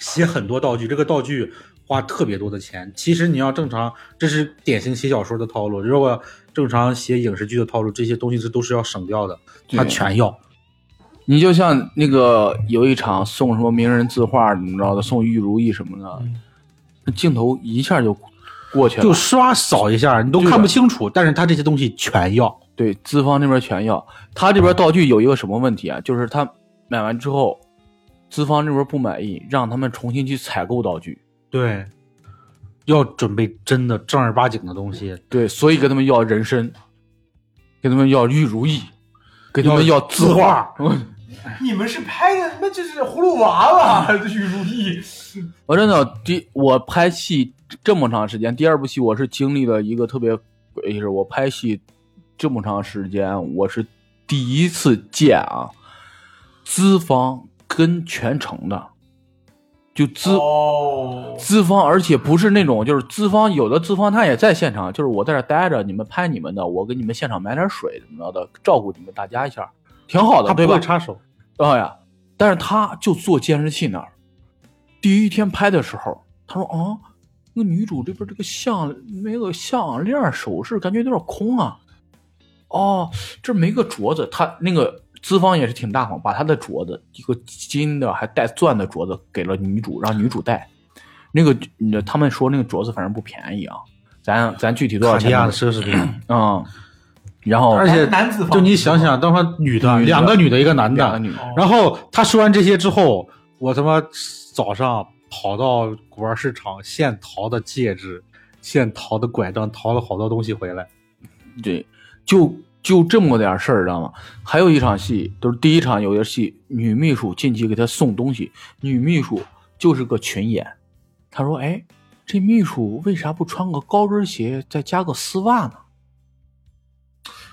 写很多道具，这个道具花特别多的钱。其实你要正常，这是典型写小说的套路。如果正常写影视剧的套路，这些东西是都是要省掉的，他
对
全要。
你就像那个有一场送什么名人字画怎么着的，送玉如意什么的，那镜头一下嗯就过去了。
就刷扫一下，你都看不清楚，但是他这些东西全要。
对，资方那边全要，他这边道具有一个什么问题啊？就是他买完之后，资方这边不满意，让他们重新去采购道具。
对，要准备真的正儿八经的东西，
对，所以跟他们要人参，跟他们要玉如意，跟他们要字画。
你们是拍的他妈就是葫芦娃吧？
嗯
这玉如意，
我真的第我拍戏这么长时间，第二部戏我是经历了一个特别，也是我拍戏这么长时间，我是第一次见啊，资方跟全程的，就资、
哦，
资方，而且不是那种就是资方，有的资方他也在现场，就是我在这儿待着，你们拍你们的，我给你们现场买点水怎么着的，照顾你们大家一下，挺好的，
他
对
不
吧
会？插手，
啊呀，但是他就坐监视器那儿。第一天拍的时候，他说啊，那女主这边这个项没个项链首饰，感觉有点空啊。哦，这没个镯子，他那个资方也是挺大方，把他的镯子一个金的还带钻的镯子给了女主，让女主戴。那个嗯他们说那个镯子反正不便宜啊，咱咱具体多少
卡地
钱
亚
啊
的、奢侈品。
嗯？然后
而且
男子方
就你想想，当时女的，
女的
两个女的，一个男
两个
的。
女的
哦
然后他说完这些之后，我他妈早上跑到古玩市场现淘的戒指、现淘的拐杖，淘了好多东西回来。
对，就就这么点事儿，知道吗？还有一场戏，就是第一场有一个戏，女秘书进去给他送东西，女秘书就是个群演，她说：“哎，这秘书为啥不穿个高跟鞋，再加个丝袜呢？”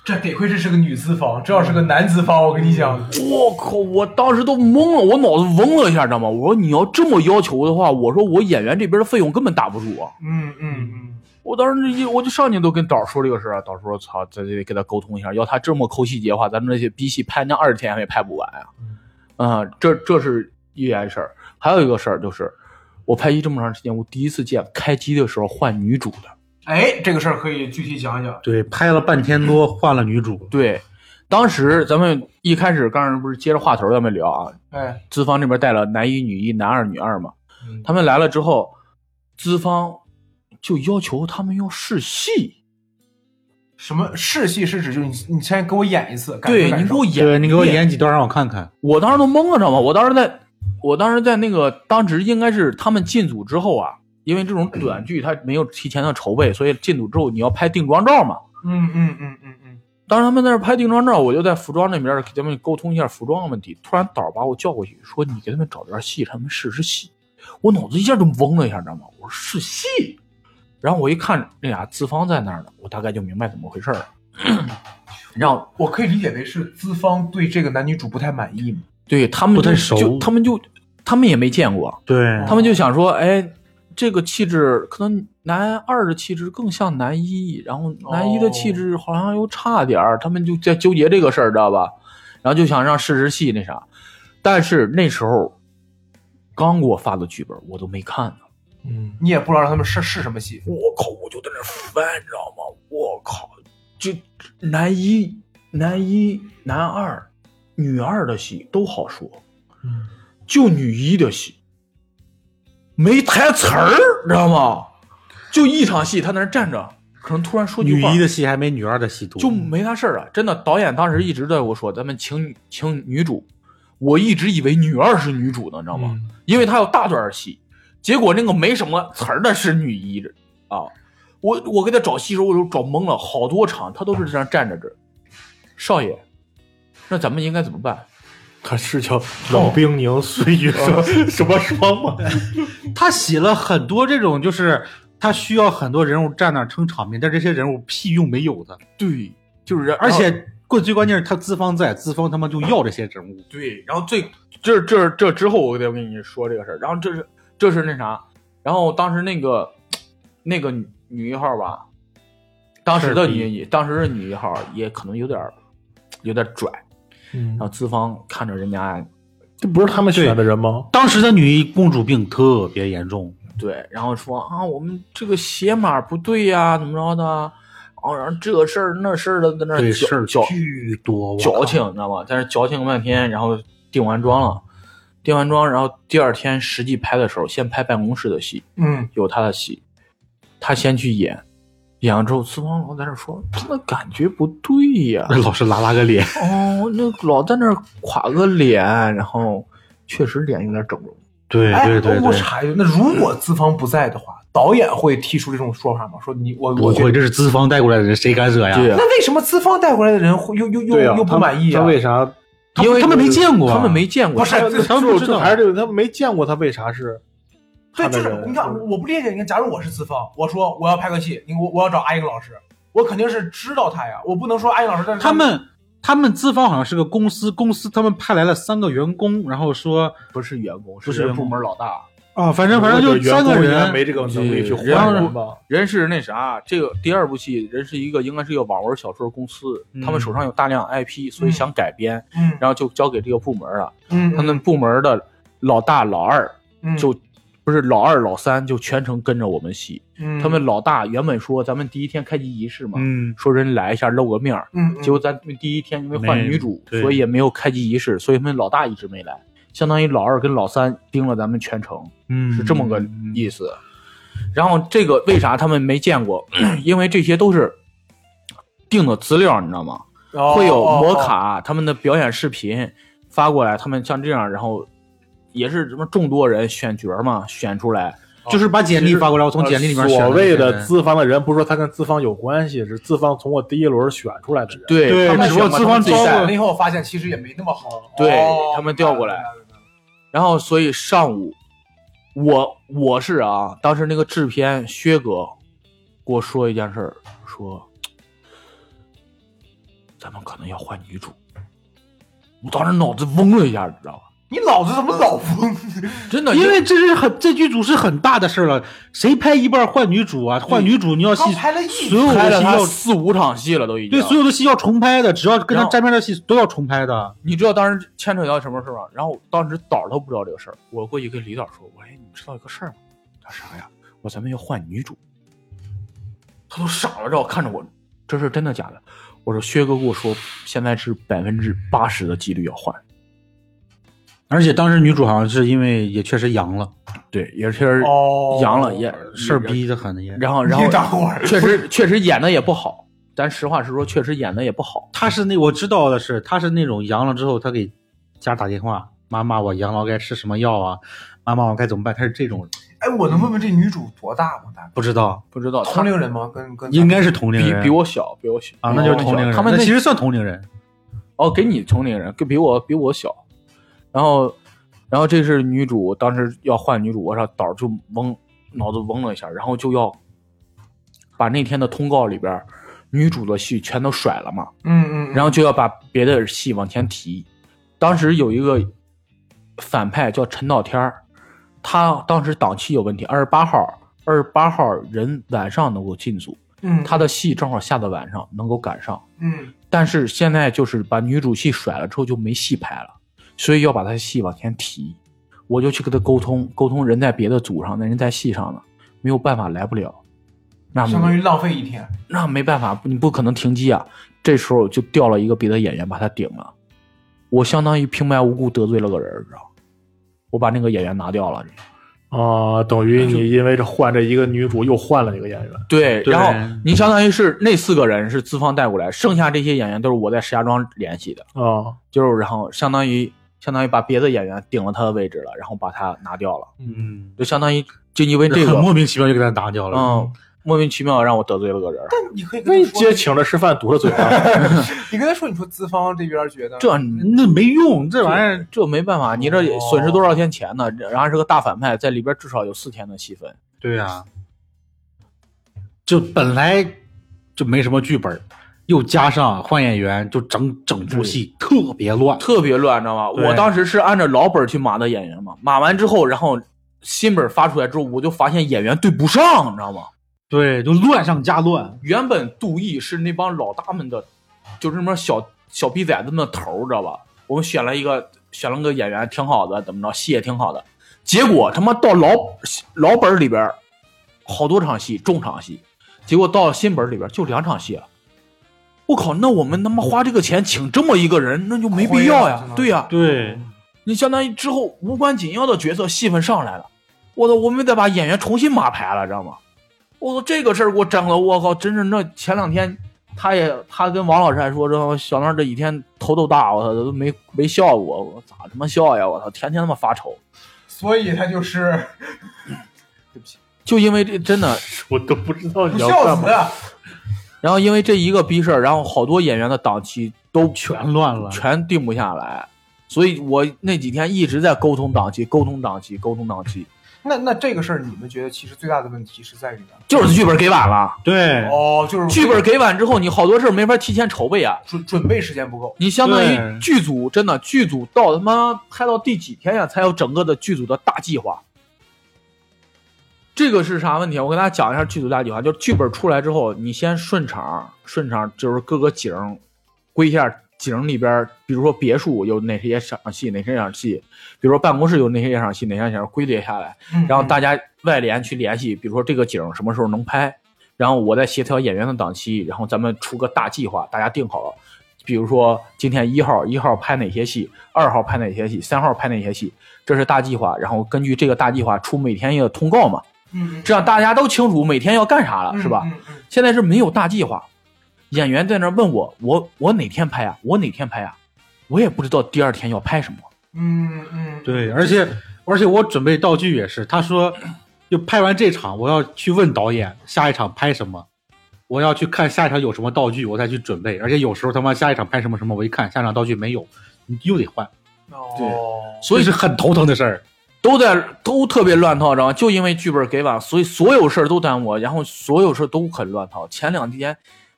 这得亏这是个女资方，这要是个男资方，我跟你讲，
我靠！我当时都懵了，我脑子嗡了一下，知道吗？我说你要这么要求的话，我说我演员这边的费用根本打不住啊！
嗯嗯嗯，
我当时一我就上去都跟导说这个事儿，导说操，咱得给他沟通一下，要他这么抠细节的话，咱们这些逼戏拍那二十天也拍不完啊！
嗯
啊、这这是一件事儿，还有一个事儿就是，我拍戏这么长时间，我第一次见开机的时候换女主的，
哎，这个事儿可以具体讲讲。
对，拍了半天多，换了女主。
对，当时咱们一开始刚才不是接着话头咱们聊啊，
哎，
资方这边带了男一、女一、男二、女二嘛
嗯，
他们来了之后，资方就要求他们要试戏。
什么试戏是指就是你你先给我演一次，感觉
对
感
你给
受
我演，
对你给我演几段让我看看。
我当时都懵了，知道吗？我当时在，我当时在那个当时应该是他们进组之后啊，因为这种短剧它没有提前的筹备，所以进组之后你要拍定妆照嘛。
嗯嗯嗯嗯嗯，
当时他们在那儿拍定妆照，我就在服装那边儿给他们沟通一下服装的问题。突然导儿把我叫过去，说你给他们找点戏，让他们试试戏。我脑子一下就懵了一下，你知道吗？我说试戏，然后我一看那俩资方在那儿呢，我大概就明白怎么回事儿了。然后
我可以理解为是资方对这个男女主不太满意嘛。
对他们
不太
就
熟
就他们就他们也没见过，
对
他们就想说，哎，这个气质可能男二的气质更像男一，然后男一的气质好像又差点儿，他们就在纠结这个事儿，知道吧？然后就想让试试戏那啥，但是那时候刚给我发的剧本，我都没看呢。
嗯，
你也不知道他们是是什么戏，
我靠，我就在那翻，你知道吗？我靠，就男一、男一、男二、女二的戏都好说，
嗯，
就女一的戏没台词儿，知道吗？就一场戏，他在那站着，可能突然说句
女
话
一，的戏还没女二的戏多。
就没啥事儿了。啊真的，导演当时一直在我说，咱们请女请女主，我一直以为女二是女主呢，你知道吗？因为她有大段戏，结果那个没什么词儿的是女一啊。我我给她找戏的时候，我就找懵了，好多场她都是这样站着这儿。少爷，那咱们应该怎么办？
他是叫老兵宁碎玉什 [laughs] 什么霜吗？
他写了很多这种，就是他需要很多人物站那儿撑场面，但这些人物屁用没有的。
对，就是而
而
且
且关最关键是他资方在，资方他妈就要这些人物。
对，然后最这这这之后，我得跟你说这个事儿。然后这是这是那啥，然后当时那个那个女女一号吧，当时的女一当时的女一号也可能有点儿有点儿拽，
嗯
然后资方看着人家
这不是他们选的人吗？
当时的女一公主病特别严重，
对，然后说啊，我们这个鞋码不对呀、怎么着的？啊，然后这事儿那事儿的在那儿
对
搅
事儿
搅
巨多，我靠
矫情，你知道吗？在那矫情了半天，然后定完妆了，定完妆，然后第二天实际拍的时候，先拍办公室的戏，
嗯，
有他的戏，他先去演，演完之后，资方老在那说，那感觉不对呀、 [laughs]
那老是拉拉个脸，
哦，那老在那儿垮个脸，然后确实脸有点整容。
对
哎，我插一句，那如果资方不在的话，导演会提出这种说法吗？说你我
不
我觉
会，
得，
这是资方带过来的人，谁敢惹呀？
对呀、
那为什么资方带回来的人会又又又
对呀，
又不满意
他
啊？
为啥？
他们
因为
他们没见过啊
他们没见过，
不是
他
这
他
这
们
这
这还是这个，他们没见过他为啥是？
对，
他
就
的
是
人
你看，
就是
我不理解。你看，假如我是资方，我说我要拍个戏，你我我要找阿英老师，我肯定是知道他呀，我不能说阿英老师，但是
他们他们资方好像是个公司，公司他们派来了三个员工，然后说
不是员工，
不是员
部
工
门老大，
啊，反正反正就三个
员工应该
人，
没这个能力去换
然后
人吧？
人是那啥，这个第二部戏人是一个应该是一个网文小说公司，
嗯
他们手上有大量 IP，所以想改编，
嗯
然后就交给这个部门了。
嗯，
他们部门的老大、老二就、不是老二、老三就全程跟着我们戏。
嗯
他们老大原本说咱们第一天开机仪式嘛，
嗯，
说人来一下露个面儿，
嗯，
结果咱们第一天因为换
没
女主，
嗯对
所以也没有开机仪式，所以他们老大一直没来，相当于老二跟老三盯了咱们全程。
嗯
是这么个意思。然后这个为啥他们没见过？ [clears throat] 因为这些都是定的资料，你知道吗？
哦
哦
会有模卡他们的表演视频发过来，他们像这样，然后也是什么众多人选角嘛，选出来。
就是把简历发过来，我从简历里面选
呃所谓
了一个
的
人
资方的人，不是说他跟资方有关系，是资方通过第一轮选出来的人。
对
对
他们
只不过
选过他
资
们
方
自己
招
带
过
了以后，发现其实也没那么好。哦
然后所以上午，我我是啊，当时那个制片薛哥给我说一件事儿，说咱们可能要换女主。我当时脑子嗡了一下，你知道吧？
你脑子怎么老疯？
真的，
因为这是很这剧组是很大的事儿了，谁拍一半换女主啊？换女主你
[laughs]
要
刚
戏，
拍了一
所有
拍了
的戏
他
要
四五场戏了，都已经。
对所有的戏要重拍的，只要跟
然
他
后
沾边的戏都要重拍的。
你知道当时牵扯到什么事儿吗？然后当时导儿都不知道这个事儿，我过去跟李导说：“我说，哎，你知道一个事儿吗？”他说啥呀？我咱们要换女主。他都傻了，让我看着我，这是真的假的？我说薛哥跟我说，现在是百分之八十的几率要换。
而且当时女主好像是因为也确实阳了，
对，也是
哦
阳了，也
事儿。逼得很也。
然后，然后
你等会儿
确实确实演的也不好，咱实话实说，确实演的也不好。
她是那我知道的是，她是那种阳了之后，她给家打电话，妈妈我阳了该吃什么药啊？妈妈我该怎么办？她是这种人，
哎，我
嗯
能问问这女主多大吗？大概
不知道
不知道他
同龄人吗？跟跟
应该是同龄
比
人，
比我小，比我小
啊，那就是
比我
同龄人。
小他们
那
那
其实算同龄人，
哦，给你同龄人，跟比我比我小，然后，然后这是女主，当时要换女主，我操，导儿就嗡，脑子嗡了一下，然后就要把那天的通告里边儿女主的戏全都甩了嘛，
嗯嗯，
然后就要把别的戏往前提。当时有一个反派叫陈道天儿，他当时档期有问题，二十八号，二十八号人晚上能够进组，
嗯
他的戏正好下到晚上能够赶上。
嗯
但是现在就是把女主戏甩了之后就没戏拍了，所以要把她戏往前提。我就去跟她沟通，沟通人在别的组上呢，人在戏上呢，没有办法来不了。那
相当
没
于浪费一天。
那没办法，你不可能停机啊。这时候就调了一个别的演员把他顶了，我相当于平白无故得罪了个人，你知道吗？我把那个演员拿掉了。
啊，等于你因为这换这一个女主，又换了一个演员。
对，
对
然后你相当于是那四个人是资方带过来，剩下这些演员都是我在石家庄联系的。
嗯
啊，
就是然后相当于相当于把别的演员顶了他的位置了，然后把他拿掉了，
嗯，哦
就相当于就因为这
很
个，
莫名其妙就给她打掉了。
嗯，莫名其妙让我得罪了个人。
你可以跟
那
他
接
说，
请着吃饭堵着嘴
[laughs]
啊。
你跟他说，你说资方这边觉得
这
那没用，这玩意儿
这没办法，你这
哦
损失多少天钱呢？然后是个大反派，在里边至少有四天的戏份。
对啊，就本来就没什么剧本，又加上换演员，就整整部戏特别乱。
特别乱，你知道吗？
对
我当时是按照老本儿去码的演员嘛，码完之后，然后新本儿发出来之后，我就发现演员对不上，你知道吗？
对，就乱上加乱。
原本杜毅是那帮老大们的，就是那帮小小逼崽子们的头儿，知道吧？我们选了一个选了个演员，挺好的，怎么着戏也挺好的。结果他妈到老老本儿里边儿，好多场戏，重场戏。结果到了新本儿里边儿就两场戏啊！我靠，那我们他妈花这个钱请这么一个人，那就没必要
亏
呀
了。
对呀、
对，
你相当于之后无关紧要的角色戏份上来了，我操，我们得把演员重新码牌了，知道吗？我操，这个事儿给我整的，我靠，真是那前两天他也他跟王老师还说，这小浪这几天头都大，我操，都没没笑我，我咋他妈笑呀？我操，天天他妈发愁，
所以他就是
就因为这真的，
我都不知
不
道你要
孝
干嘛
子。。啊
然后因为这一个逼事儿，然后好多演员的档期都全
全乱了。
全定不下来，所以我那几天一直在沟通档期，沟通档期，沟通档期。
那那这个事儿，你们觉得其实最大的问题是在于哪？
就是剧本给晚了，
对，
哦，就是
剧本给晚之后，你好多事儿没法提前筹备啊。
准准备时间不够。
你相当于
对
剧组真的剧组到他妈拍到第几天呀，才有整个的剧组的大计划。这个是啥问题啊？我跟大家讲一下剧组大计划，就是剧本出来之后，你先顺场，顺场就是各个景儿归一下景里边儿，比如说别墅有哪些场戏，哪些场戏，比如说办公室有哪些场戏，哪些场戏归列下来，然
嗯
后大家外联去联系，比如说这个景儿什么时候能拍，然后我再协调演员的档期，然后咱们出个大计划，大家定好了。比如说今天一号一号拍哪些戏，二号拍哪些戏，三号拍哪些戏，这是大计划。然后根据这个大计划出每天的通告嘛，
嗯，
这样大家都清楚每天要干啥了，是吧？
嗯？嗯嗯
现在是没有大计划，演员在那儿问我，我我哪天拍啊？我哪天拍啊？我也不知道第二天要拍什么。
嗯嗯，
对，而且而且我准备道具也是，他说就拍完这场，我要去问导演下一场拍什么，我要去看下一场有什么道具，我再去准备。而且有时候他妈下一场拍什么什么，我一看下一场道具没有，你又得换，
哦，
所以
这是很头疼的事儿。
都在都特别乱套，知道吗？就因为剧本给晚，所以所有事儿都耽误，然后所有事儿都很乱套。前两天，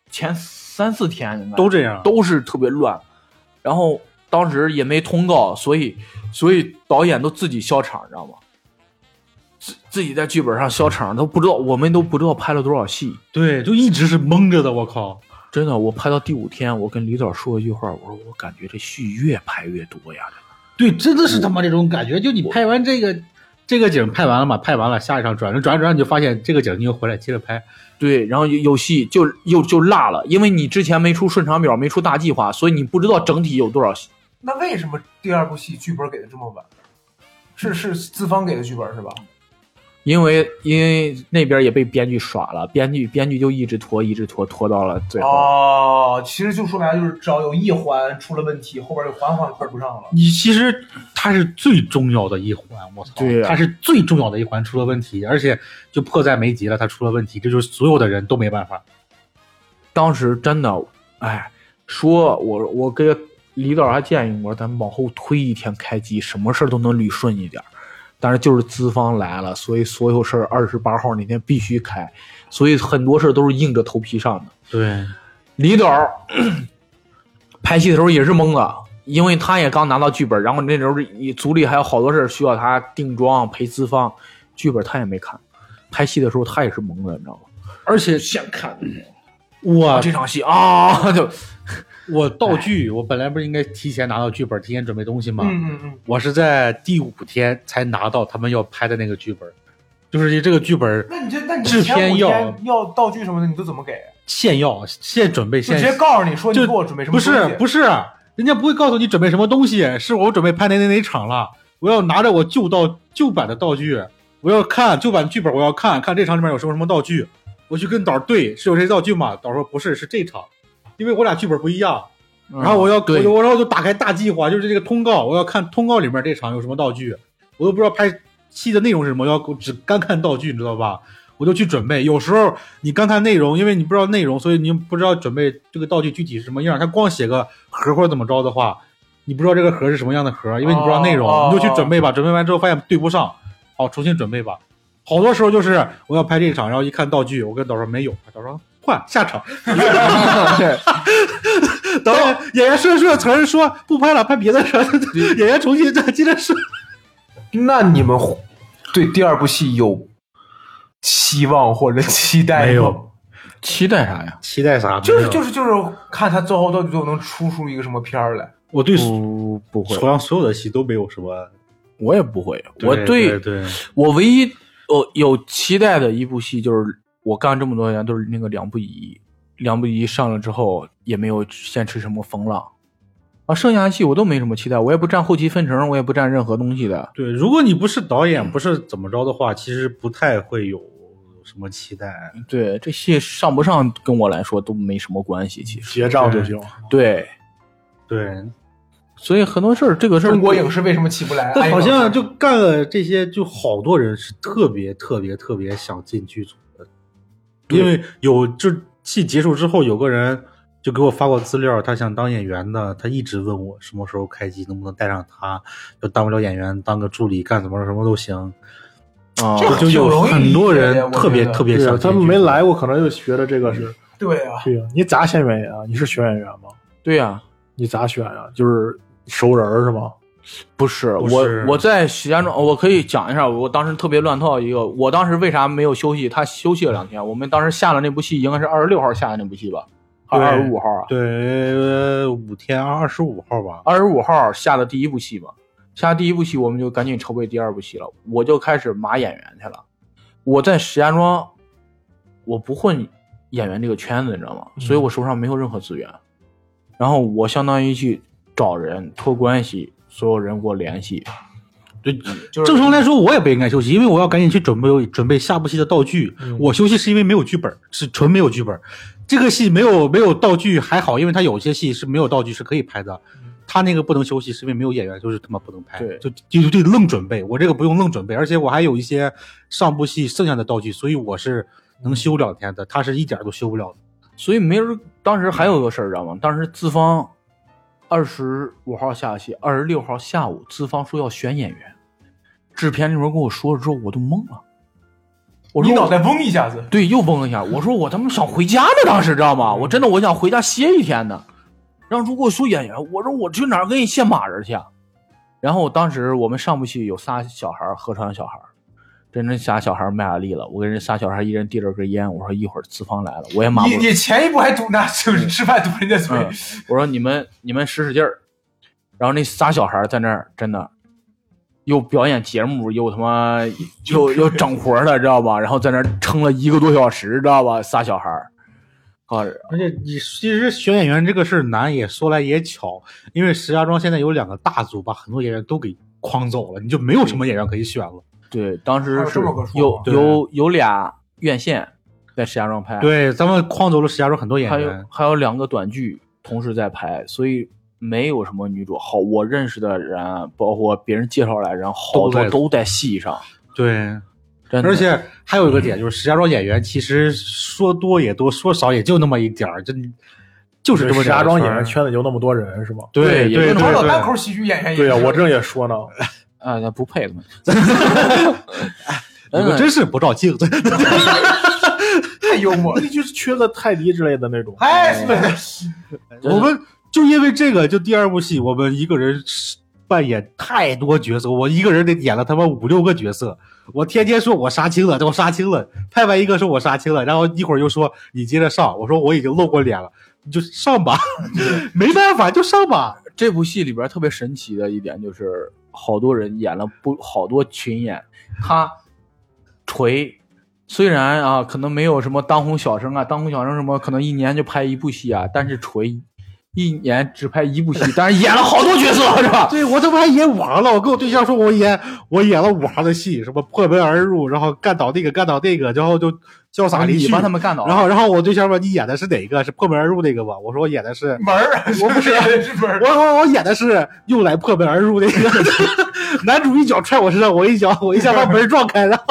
前三四天应该
都这样
都是特别乱，然后当时也没通告，所以所以导演都自己消场，你知道吗？自自己在剧本上消场，都不知道我们都不知道拍了多少戏。
对，就一直是蒙着的，我靠！
真的，我拍到第五天，我跟李导说一句话，我说我感觉这戏越拍越多呀。
对，真的是他妈这种感觉，就你拍完这个。这个景拍完了嘛？拍完了，下一场转着转着转着，你就发现这个景你又回来接着拍，
对，然后有有戏就又就落了，因为你之前没出顺场表，没出大计划，所以你不知道整体有多少戏。
那为什么第二部戏剧本给的这么晚？是是资方给的剧本是吧？
因为因为那边也被编剧耍了，编剧编剧就一直拖，一直拖，拖到了最后。
哦，其实就说白了，就是只要有一环出了问题，后边有环环跟不上了。
你其实它是最重要的一环，我操，
对呀
它是最重要的一环出了问题，而且就迫在眉睫了，它出了问题，这就是所有的人都没办法。
当时真的，哎，说我我跟李导还建议我说，咱们往后推一天开机，什么事儿都能捋顺一点儿。但是就是资方来了，所以所有事儿二十八号那天必须开，所以很多事儿都是硬着头皮上的。
对，
李导咳拍戏的时候也是懵的，因为他也刚拿到剧本，然后那时候你组里还有好多事儿需要他定妆、陪资方，剧本他也没看。拍戏的时候他也是懵的，你知道吗？啊
而且
先看
我
这场戏啊， [laughs] 就
我道具，我本来不是应该提前拿到剧本，提前准备东西吗？
嗯嗯嗯，
我是在第五天才拿到他们要拍的那个剧本，就是这个剧本
那你这那你
制
这
片
前五
要
天要道具什么的，你都怎么给？
现要现准备
就
现
直接告诉你说你
就
给我准备什么
不
东西？
是不是，啊人家不会告诉你准备什么东西，是我准备拍哪哪哪场了，我要拿着我旧道旧版的道具，我要看旧版剧本，我要看看这场里面有什么什么道具，我去跟导儿对是有这些道具吗？导儿说不是，是这场，因为我俩剧本不一样。
嗯
然后我要我
对
就我然后就打开大计划，就是这个通告，我要看通告里面这场有什么道具，我都不知道拍戏的内容是什么，我要只干看道具，你知道吧？我就去准备。有时候你干看内容，因为你不知道内容，所以你不知道准备这个道具具体是什么样。他光写个盒或者怎么着的话，你不知道这个盒是什么样的盒，因为你不知道内容，
哦
你就去准备吧。准备完之后发现对不上，好，重新准备吧。好多时候就是我要拍这场，然后一看道具，我跟导说没有，导说换下 [laughs] 场。导演演员说着说着词儿说不拍了，拍别的事儿。演员重新再接着说。
那你们对第二部戏有希望或者期待吗
没有？
[laughs] 期待啥呀？
[laughs] 期待啥？
就是
没有
就是就是看他最后到底最后能出出一个什么片儿来。
我对
不不会，
上所有的戏都没有什么。
我也不会。我
对对，
我唯一我有期待的一部戏就是我干这么多年都是那个两不疑，两不疑上了之后也没有先吃什么风浪，啊，剩下的戏我都没什么期待，我也不占后期分成，我也不占任何东西的。
对，如果你不是导
嗯
演，不是怎么着的话，其实不太会有什么期待。
嗯
对，这戏上不上跟我来说都没什么关系，其实
结账就行。
对，
哎
对，
所以很多事儿这个事儿
中国影视为什么起不来？
但好像就
哎
干了这些，就好多人是特别特别特别想进剧组的，
对
因为有就戏结束之后，有个人就给我发过资料，他想当演员的，他一直问我什么时候开机，能不能带上他，就当不了演员，当个助理干什么什么都行。
啊，
这
就有
挺容易
很多
理解的
人
我
特别
觉得
特别
对啊他
想，，
们没。来过，可能就学的这个是。
对啊，
对呀，你咋选演员啊？你是选演员吗？
对呀、
你咋选啊？就是熟人儿是吗？
不是
不是
我，我在石家庄，我可以讲一下，我当时特别乱套一个，我当时为啥没有休息？他休息了两天。我们当时下的那部戏应该是二十六号下的那部戏吧，还是
对
二十五号啊？
对，五天二十五号吧，
二十五号下的第一部戏嘛，下第一部戏我们就赶紧筹备第二部戏了，我就开始码演员去了。我在石家庄，我不混演员这个圈子，你知道吗？
嗯
所以我手上没有任何资源，然后我相当于去找人托关系，所有人给我联系。
对，
就是
嗯正常来说，我也不应该休息，因为我要赶紧去准备准备下部戏的道具。
嗯
我休息是因为没有剧本，是纯没有剧本。这个戏没有没有道具还好，因为它有些戏是没有道具是可以拍的。他那个不能休息，是因为没有演员，就是他妈不能拍，
嗯对
就就就得愣准备。我这个不用愣准备，而且我还有一些上部戏剩下的道具，所以我是
嗯
能休两天的。他是一点儿都休不了的。
所以没人。当时还有个事儿，知道吗？当时资方二十五号下戏，二十六号下午，资方说要选演员，制片那边跟我说了之后，我都懵了。我
你
说
脑袋嗡一下子，
对，又懵了一下。我说我他妈想回家呢，当时知道吗？我真的我想回家歇一天呢。然后如果说演员，我说我去哪儿给你现马人去啊？然后当时我们上部戏有仨小孩儿，合唱小孩儿，真真仨小孩儿卖了力了。我跟人仨小孩儿一人递了根烟，我说一会儿资方来了，我也马不
你你前一步还堵那就是吃饭堵人家嘴，
嗯，我说你们你们使使劲儿。然后那仨小孩儿在那儿真的又表演节目，又他妈
[laughs]
又又整活儿了，知道吧？然后在那儿撑了一个多小时，知道吧？仨小孩儿，啊，
而且你其实选演员这个事儿难，也说来也巧，因为石家庄现在有两个大组，把很多演员都给框走了，你就没有什么演员可以选了。
对，当
还
时
有
是
这么个说
有
法
有有俩院线在石家庄拍，，
对，咱们框走了石家庄很多
嗯
演
还有
员，
还有两个短剧同时在拍，所以没有什么女主。好，我认识的人，啊包括别人介绍来的人，好
都
多
在
都在戏上，
对，
真的。
而且还有一个点就是石家庄演员其实说多也多，说少也就那么一点儿，这就是这么
石
点儿
家庄演
事儿
员圈子就那么多人是吗？
对
对也
对
我
就那么
老
对啊
单口喜剧演员也
对呀，
是
我这也说
[laughs]
呢，
啊，那不配他 [laughs] 妈。
对，
嗯
你们真是不照镜子。
太幽默了。
那就是缺个泰迪之类的那种。
[laughs] 哎，对
我们就因为这个，就第二部戏，我们一个人扮演太多角色，我一个人得演了他妈五六个角色。我天天说我杀青了，我杀青了，拍完一个说我杀青了，然后一会儿又说你接着上，我说我已经露过脸了，你就上吧， [laughs] 没办法就上吧。
这部戏里边特别神奇的一点就是，好多人演了不好多群演，他锤虽然啊可能没有什么当红小生啊，当红小生什么可能一年就拍一部戏啊，但是锤一年只拍一部戏，但是演了好多角色是
[laughs]
吧？
对我他妈还演五行了，我跟我对象说我演我演了五行的戏，什么破门而入，然后干倒那个干倒那个，然后就潇洒离
你
去。
把他们干倒
然
了。
后然后我对象问你演的是哪个？是破门而入那个吧？我说我演的是。
门儿啊，
我不是
是门儿
我我我演的是用来破门而入那个男主一脚踹我身上，我一脚我一下把门撞开，然后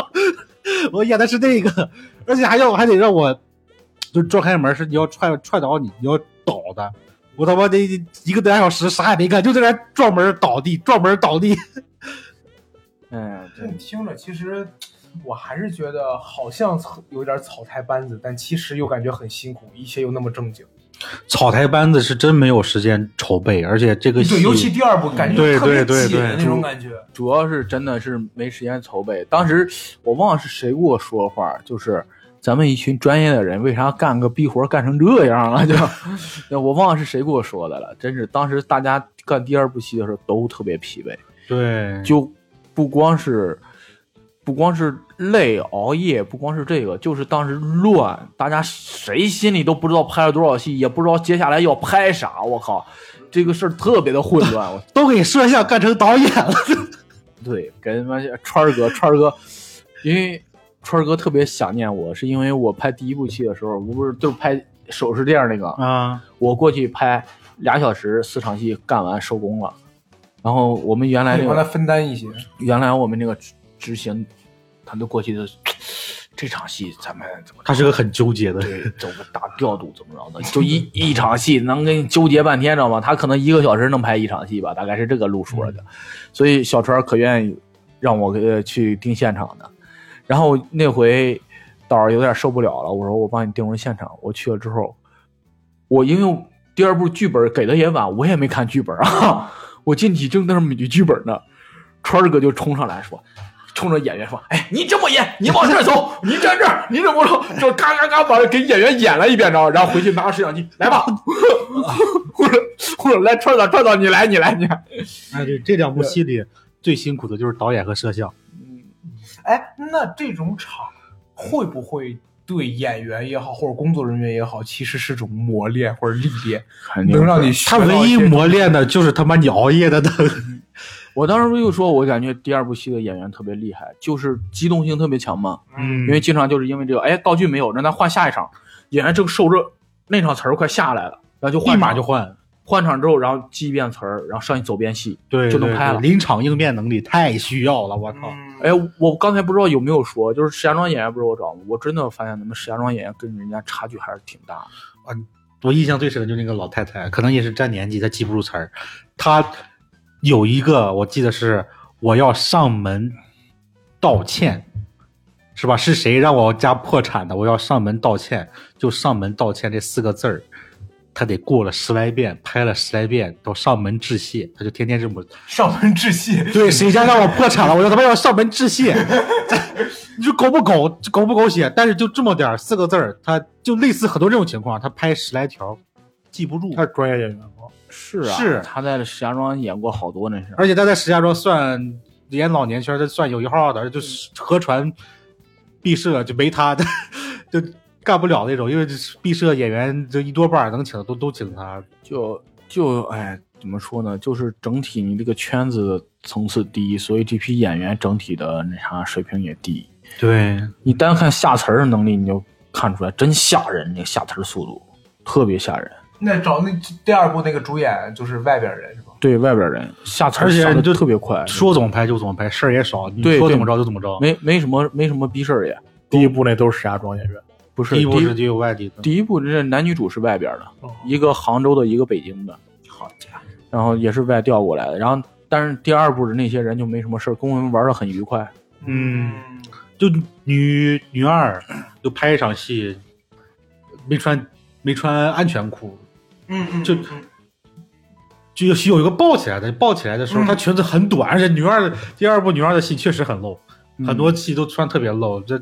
我演的是那个，而且还要还得让我就撞开门是你要踹踹倒你，你要倒的。我他妈那一个多小时啥也没干，就在那撞门倒地，撞门倒地。
嗯，
这
对
么听着，其实我还是觉得好像有点草台班子，但其实又感觉很辛苦，一切又那么正经。
草台班子是真没有时间筹备，而且这个
对，尤其第二部感觉
对
特别
对对
紧
对
那种感觉。
主要是真的是没时间筹备。当时我忘了是谁给我说话，就是咱们一群专业的人，为啥干个逼活干成这样了？就那我忘了是谁给我说的了。真是当时大家干第二部戏的时候都特别疲惫，
对
就不光是不光是累熬夜，不光是这个，就是当时乱，大家谁心里都不知道拍了多少戏，也不知道接下来要拍啥。我靠，这个事儿特别的混乱。我
都给摄像干成导演了。
对，给他妈川儿哥，川儿哥，因为川儿哥特别想念我，是因为我拍第一部戏的时候，我不是就拍首饰店那个，
啊，
我过去拍俩小时，四场戏干完收工了。然后我们嗯原来
你
那
帮他
个
分担一些，
原来我们那个执执行，他都过去就，这场戏咱们怎么
他是个很纠结的人。
对走个大调度怎么着的，就一一场戏能给你纠结半天，知道吗？他可能一个小时能拍一场戏吧，大概是这个路数的。所以小川可愿意让我呃去盯现场的。然后那回导儿有点受不了了，我说我帮你定成现场。我去了之后，我因为第二部剧本给的也晚，我也没看剧本啊， [laughs] 我进去正在那儿捋剧本呢，川儿哥就冲上来说。冲着演员说：“哎，你这么演，你往这儿走， [laughs] 你站这儿，你怎么着？”就嘎嘎嘎把给演员演了一遍，然后然后回去拿着摄像机来吧，或者或者来川儿导川儿导你来你来你来，
哎，这这两部戏里最辛苦的就是导演和摄像，
哎，那这种场会不会对演员也好，或者工作人员也好，其实是种磨练或者历练，
肯
能让你学
他
到
唯一
些
磨练的就是他妈你熬夜的能力。
我当时不就说，我感觉第二部戏的演员特别厉害，就是机动性特别强嘛。因
嗯
为经常就是因为这个，哎，道具没有，让他换下一场，演员正受热，那场词儿快下来了，然后就换
立马
场
就换，
换场之后，然后记一遍词儿，然后上去走遍戏。
对
就能拍了
对对临场应变能力太需要了，我靠！
嗯
哎，我刚才不知道有没有说，就是石家庄演员不是我找吗？我真的发现咱们石家庄演员跟人家差距还是挺大的。
我印象最深的就是那个老太太，可能也是占年纪，她记不住词儿。她有一个我记得是我要上门道歉，是吧？是谁让我家破产的？我要上门道歉，就上门道歉这四个字儿，她得过了十来遍，拍了十来遍，都上门致谢，她就天天这么
上门致谢，
对，谁家让我破产了，我就他妈要上门致谢。你说狗不狗，狗不狗血？但是就这么点儿四个字儿，他就类似很多这种情况，他拍十来条，记不住。
他是专业演员吗？
是啊，
是
他在石家庄演过好多那是。
而且他在石家庄算演老年圈，他算有一号的，就是河传毕设就没他，就就干不了那种，因为毕设演员就一多半儿能请的都都请他。
就就哎，怎么说呢？就是整体你这个圈子层次低，所以这批演员整体的那啥水平也低。
对，
你单看下词儿的能力，你就看出来，真吓人！那个下词儿速度特别吓人，
那找那第二部那个主演就是外边人是吧？
对外边人下词儿
而且
下的
你就
特别快，
说怎么拍就怎么拍，事儿也少，你
对
说
对
怎么着就怎么着。
没没什么没什么逼事儿也
第一部那都是石家庄演员，
不是。
第一部
第
是就有外地的，
第一部这男女主是外边的，
哦
一个杭州的，一个北京的，
好家伙，
然后也是外调过来的。然后但是第二部的那些人就没什么事儿，跟我们玩的很愉快。
嗯，就女女二就拍一场戏，没穿没穿安全裤，
嗯嗯，
就
嗯
就有有一个抱起来的，抱起来的时候，
嗯
她裙子很短，而且女二的第二部女二的戏确实很露，
嗯
很多戏都穿特别露，这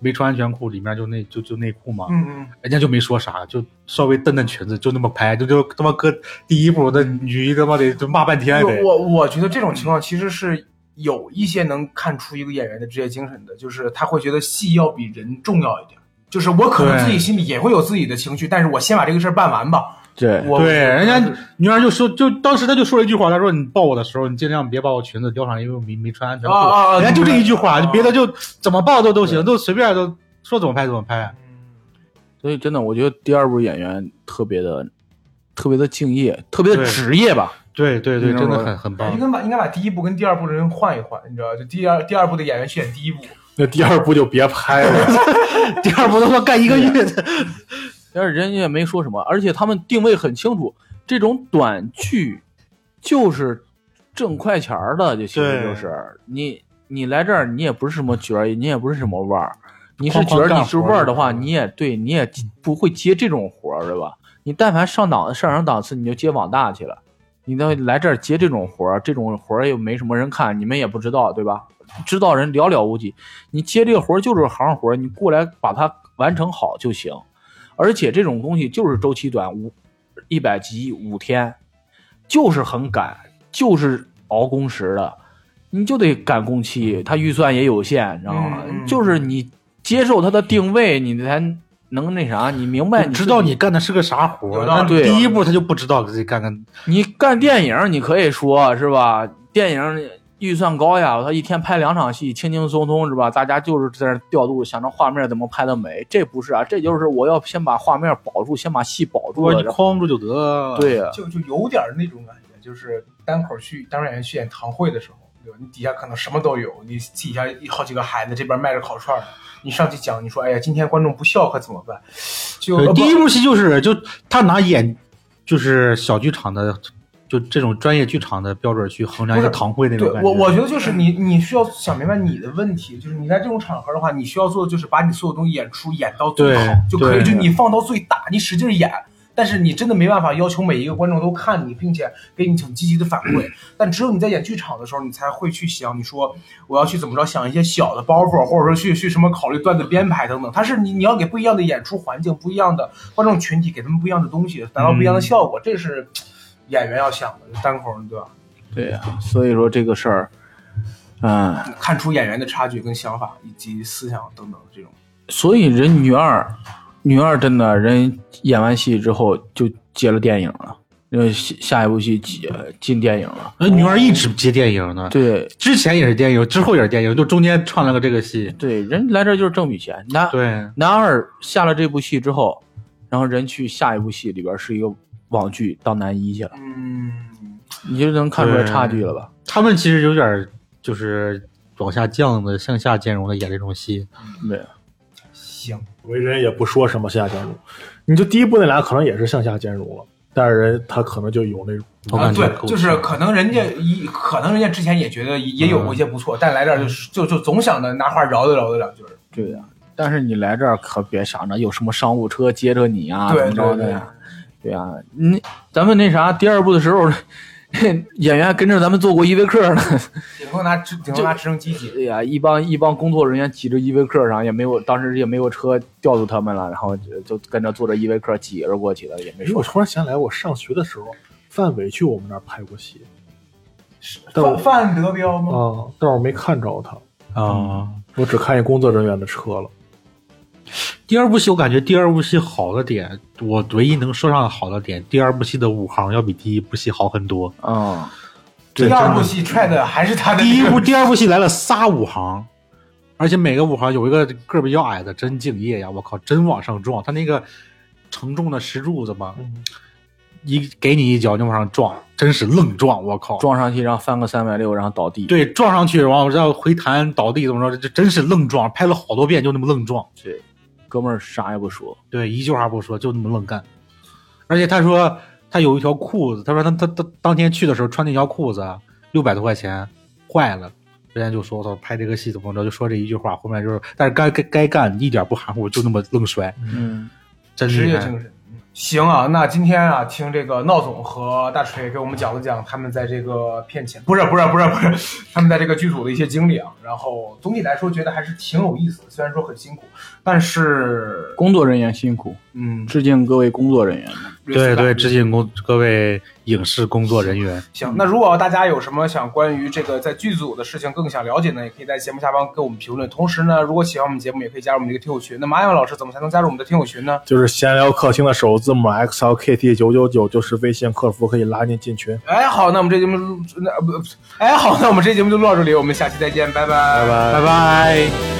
没穿安全裤，里面就内就就内裤嘛，
嗯嗯，
人家就没说啥，就稍微蹬蹬裙子，就那么拍，就就他妈搁第一部的女一他妈得就骂半天得
我，我我觉得这种情况其实是有一些能看出一个演员的职业精神的，就是他会觉得戏要比人重要一点。就是我可能
对
自己心里也会有自己的情绪，但是我先把这个事儿办完吧。
对，
我
对，人家女二就说，就当时她就说了一句话，她说你抱我的时候，你尽量别把我裙子撩上，因为我没没穿安全裤。
啊啊啊
人家就这一句话，
对
就别的就怎么抱都都行，都随便都说怎么拍怎么拍。啊
所以真的，我觉得第二部演员特别的特别的敬业，特别的
对
职业吧。
对对对，
嗯
真的很很棒
应。该把应该把第一部跟第二部的人换一换，你知道吧，就第二第二部的演员去演第一部，
那第二部就别拍
[laughs]
了。
[laughs] 第二部他妈干一个月的，
啊但是人家也没说什么，而且他们定位很清楚，这种短剧就是挣快钱儿的，就其实
对
就是你你来这儿，你也不是什么角儿，你也不是什么腕儿，你是
哐哐
角儿，
干
你是
活儿
腕儿的话，
就是
你也对，你也不会接这种活儿，对吧？你但凡上档上上档次，你就接网大去了。你到来这儿接这种活儿，这种活儿又没什么人看，你们也不知道，对吧？知道人寥寥无几。你接这个活儿就是行活儿，你过来把它完成好就行。而且这种东西就是周期短，五一百集五天，就是很赶，就是熬工时的，你就得赶工期，它预算也有限，你知道吗？
嗯嗯
就是你接受它的定位，你才能那啥，你明白你
知
自
道
己
你干的是个啥活
有
儿。
道
但
理啊
对
第一部他就不知道自己干个，
你干电影，你可以说是吧？电影预算高呀，他一天拍两场戏，轻轻松松是吧？大家就是在那调度，想着画面怎么拍的美。这不是啊，这就是我要先把画面保住，先把戏保住
我
了。
你
然后
框住就得了。
对呀、
就就有点那种感觉，就是单口去单口演员去演堂会的时候，对吧？你底下可能什么都有，你底下好几个孩子这边卖着烤串儿呢，你上去讲，你说哎呀，今天观众不笑可怎么办？就
对，
呃不
第一部戏就是就他拿演就是小剧场的就这种专业剧场的标准去衡量一个
不是
堂会那
对
种感
我，我觉得就是你，你需要想明白你的问题，就是你在这种场合的话，你需要做的就是把你所有东西演出演到最好
对
就可以，
对
就你放到最大，你使劲演。但是你真的没办法要求每一个观众都看你，并且给你挺积极的反
[clears throat]
馈。但只有你在演剧场的时候，你才会去想，你说我要去怎么着想一些小的包袱，或者说去去什么考虑段子编排等等。它是你你要给不一样的演出环境、不一样的观众群体，给他们不一样的东西，达到不一
嗯
样的效果，这是演员要想的。单口对吧？
对呀、所以说这个事儿，嗯，
看出演员的差距跟想法以及思想等等这种。
所以人女二，女二真的人演完戏之后就接了电影了，因为下下一部戏接进电影了。
哎，女儿一直接电影呢，
对
之前也是电影，之后也是电影，就中间串了个这个戏。
对，人来这儿就是挣笔钱。男
对，
男二下了这部戏之后，然后人去下一部戏里边是一个网剧当男一去了，
嗯，
你就能看出来
对
差距了吧？
他们其实有点儿就是往下降的，向下兼容的演这种戏。
对，
行，
为人也不说什么向下兼容，你就第一部那俩可能也是向下兼容了，但是人他可能就有那种
我
啊，
感觉
对，就是可能人家一，可能人家之前也觉得也有过一些不错，但来这儿就是就就总想着拿话饶叨饶叨两句儿。
对呀、但是你来这儿可别想着有什么商务车接着你啊，
对
怎么着的
对
呀？对呀、你咱们那啥，第二部的时候， [laughs] 演员还跟着咱们做过依维柯呢。 [laughs]
顶多拿直，顶多拿直升机挤。
对呀、一帮一帮工作人员骑着依维柯上，也没有当时也没有车调度他们了，然后就就跟着坐着依维柯挤着过去的，也没
哎，我
说。
突然想起来，我上学的时候，范伟去我们那儿拍过戏但我
范范德彪吗？
啊，
哦
但是我没看着他，
啊、
我只看见工作人员的车了。
第二部戏我感觉第二部戏好的点，我唯一能说上好的点，第二部戏的五行要比第一部戏好很多。
哎
嗯，
第二部戏踹的还是他的
[laughs] 第一
那个
部、第二部戏来了仨五行，而且每个五行有一个个儿比较矮的，真敬业呀！我靠，真往上撞，他那个承重的石柱子嘛，一给你一脚就往上撞，真是愣撞！我靠，
撞上去，然后翻个三百六，然后倒地。
对撞上去，然后然后回弹倒地怎么着，这真是愣撞，拍了好多遍就那么愣撞。
对，哥们儿啥也不说。
对，一句话不说，就那么愣干。而且他说他有一条裤子，他说他他他当天去的时候穿那条裤子啊六百多块钱坏了，人家就说我操拍这个戏怎么着，就说这一句话，后面就是但是该该该干一点不含糊，就那么愣摔，
嗯，
真
职
厉
业
害
精。神。嗯行啊，那今天啊，听这个闹总和大锤给我们讲了讲他们在这个骗钱，不是不是不是不是， [laughs] 他们在这个剧组的一些经历啊。然后总体来说，觉得还是挺有意思的，虽然说很辛苦，但是
工作人员辛苦，
嗯，
致敬各位工作人员们。
对对，
respect
致敬工各位影视工作人员。
行，那如果大家有什么想关于这个在剧组的事情更想了解呢，也可以在节目下方给我们评论。同时呢，如果喜欢我们节目，也可以加入我们这个听友群。那马艾文老师怎么才能加入我们的听友群呢？
就是闲聊客厅的首字母 X L K T 九九九，就是微信客服可以拉您进群。
哎，好，那我们这节呃目，那不，哎，好，那我们这节目就录到这里，我们下期再见，拜拜
拜拜。
拜拜。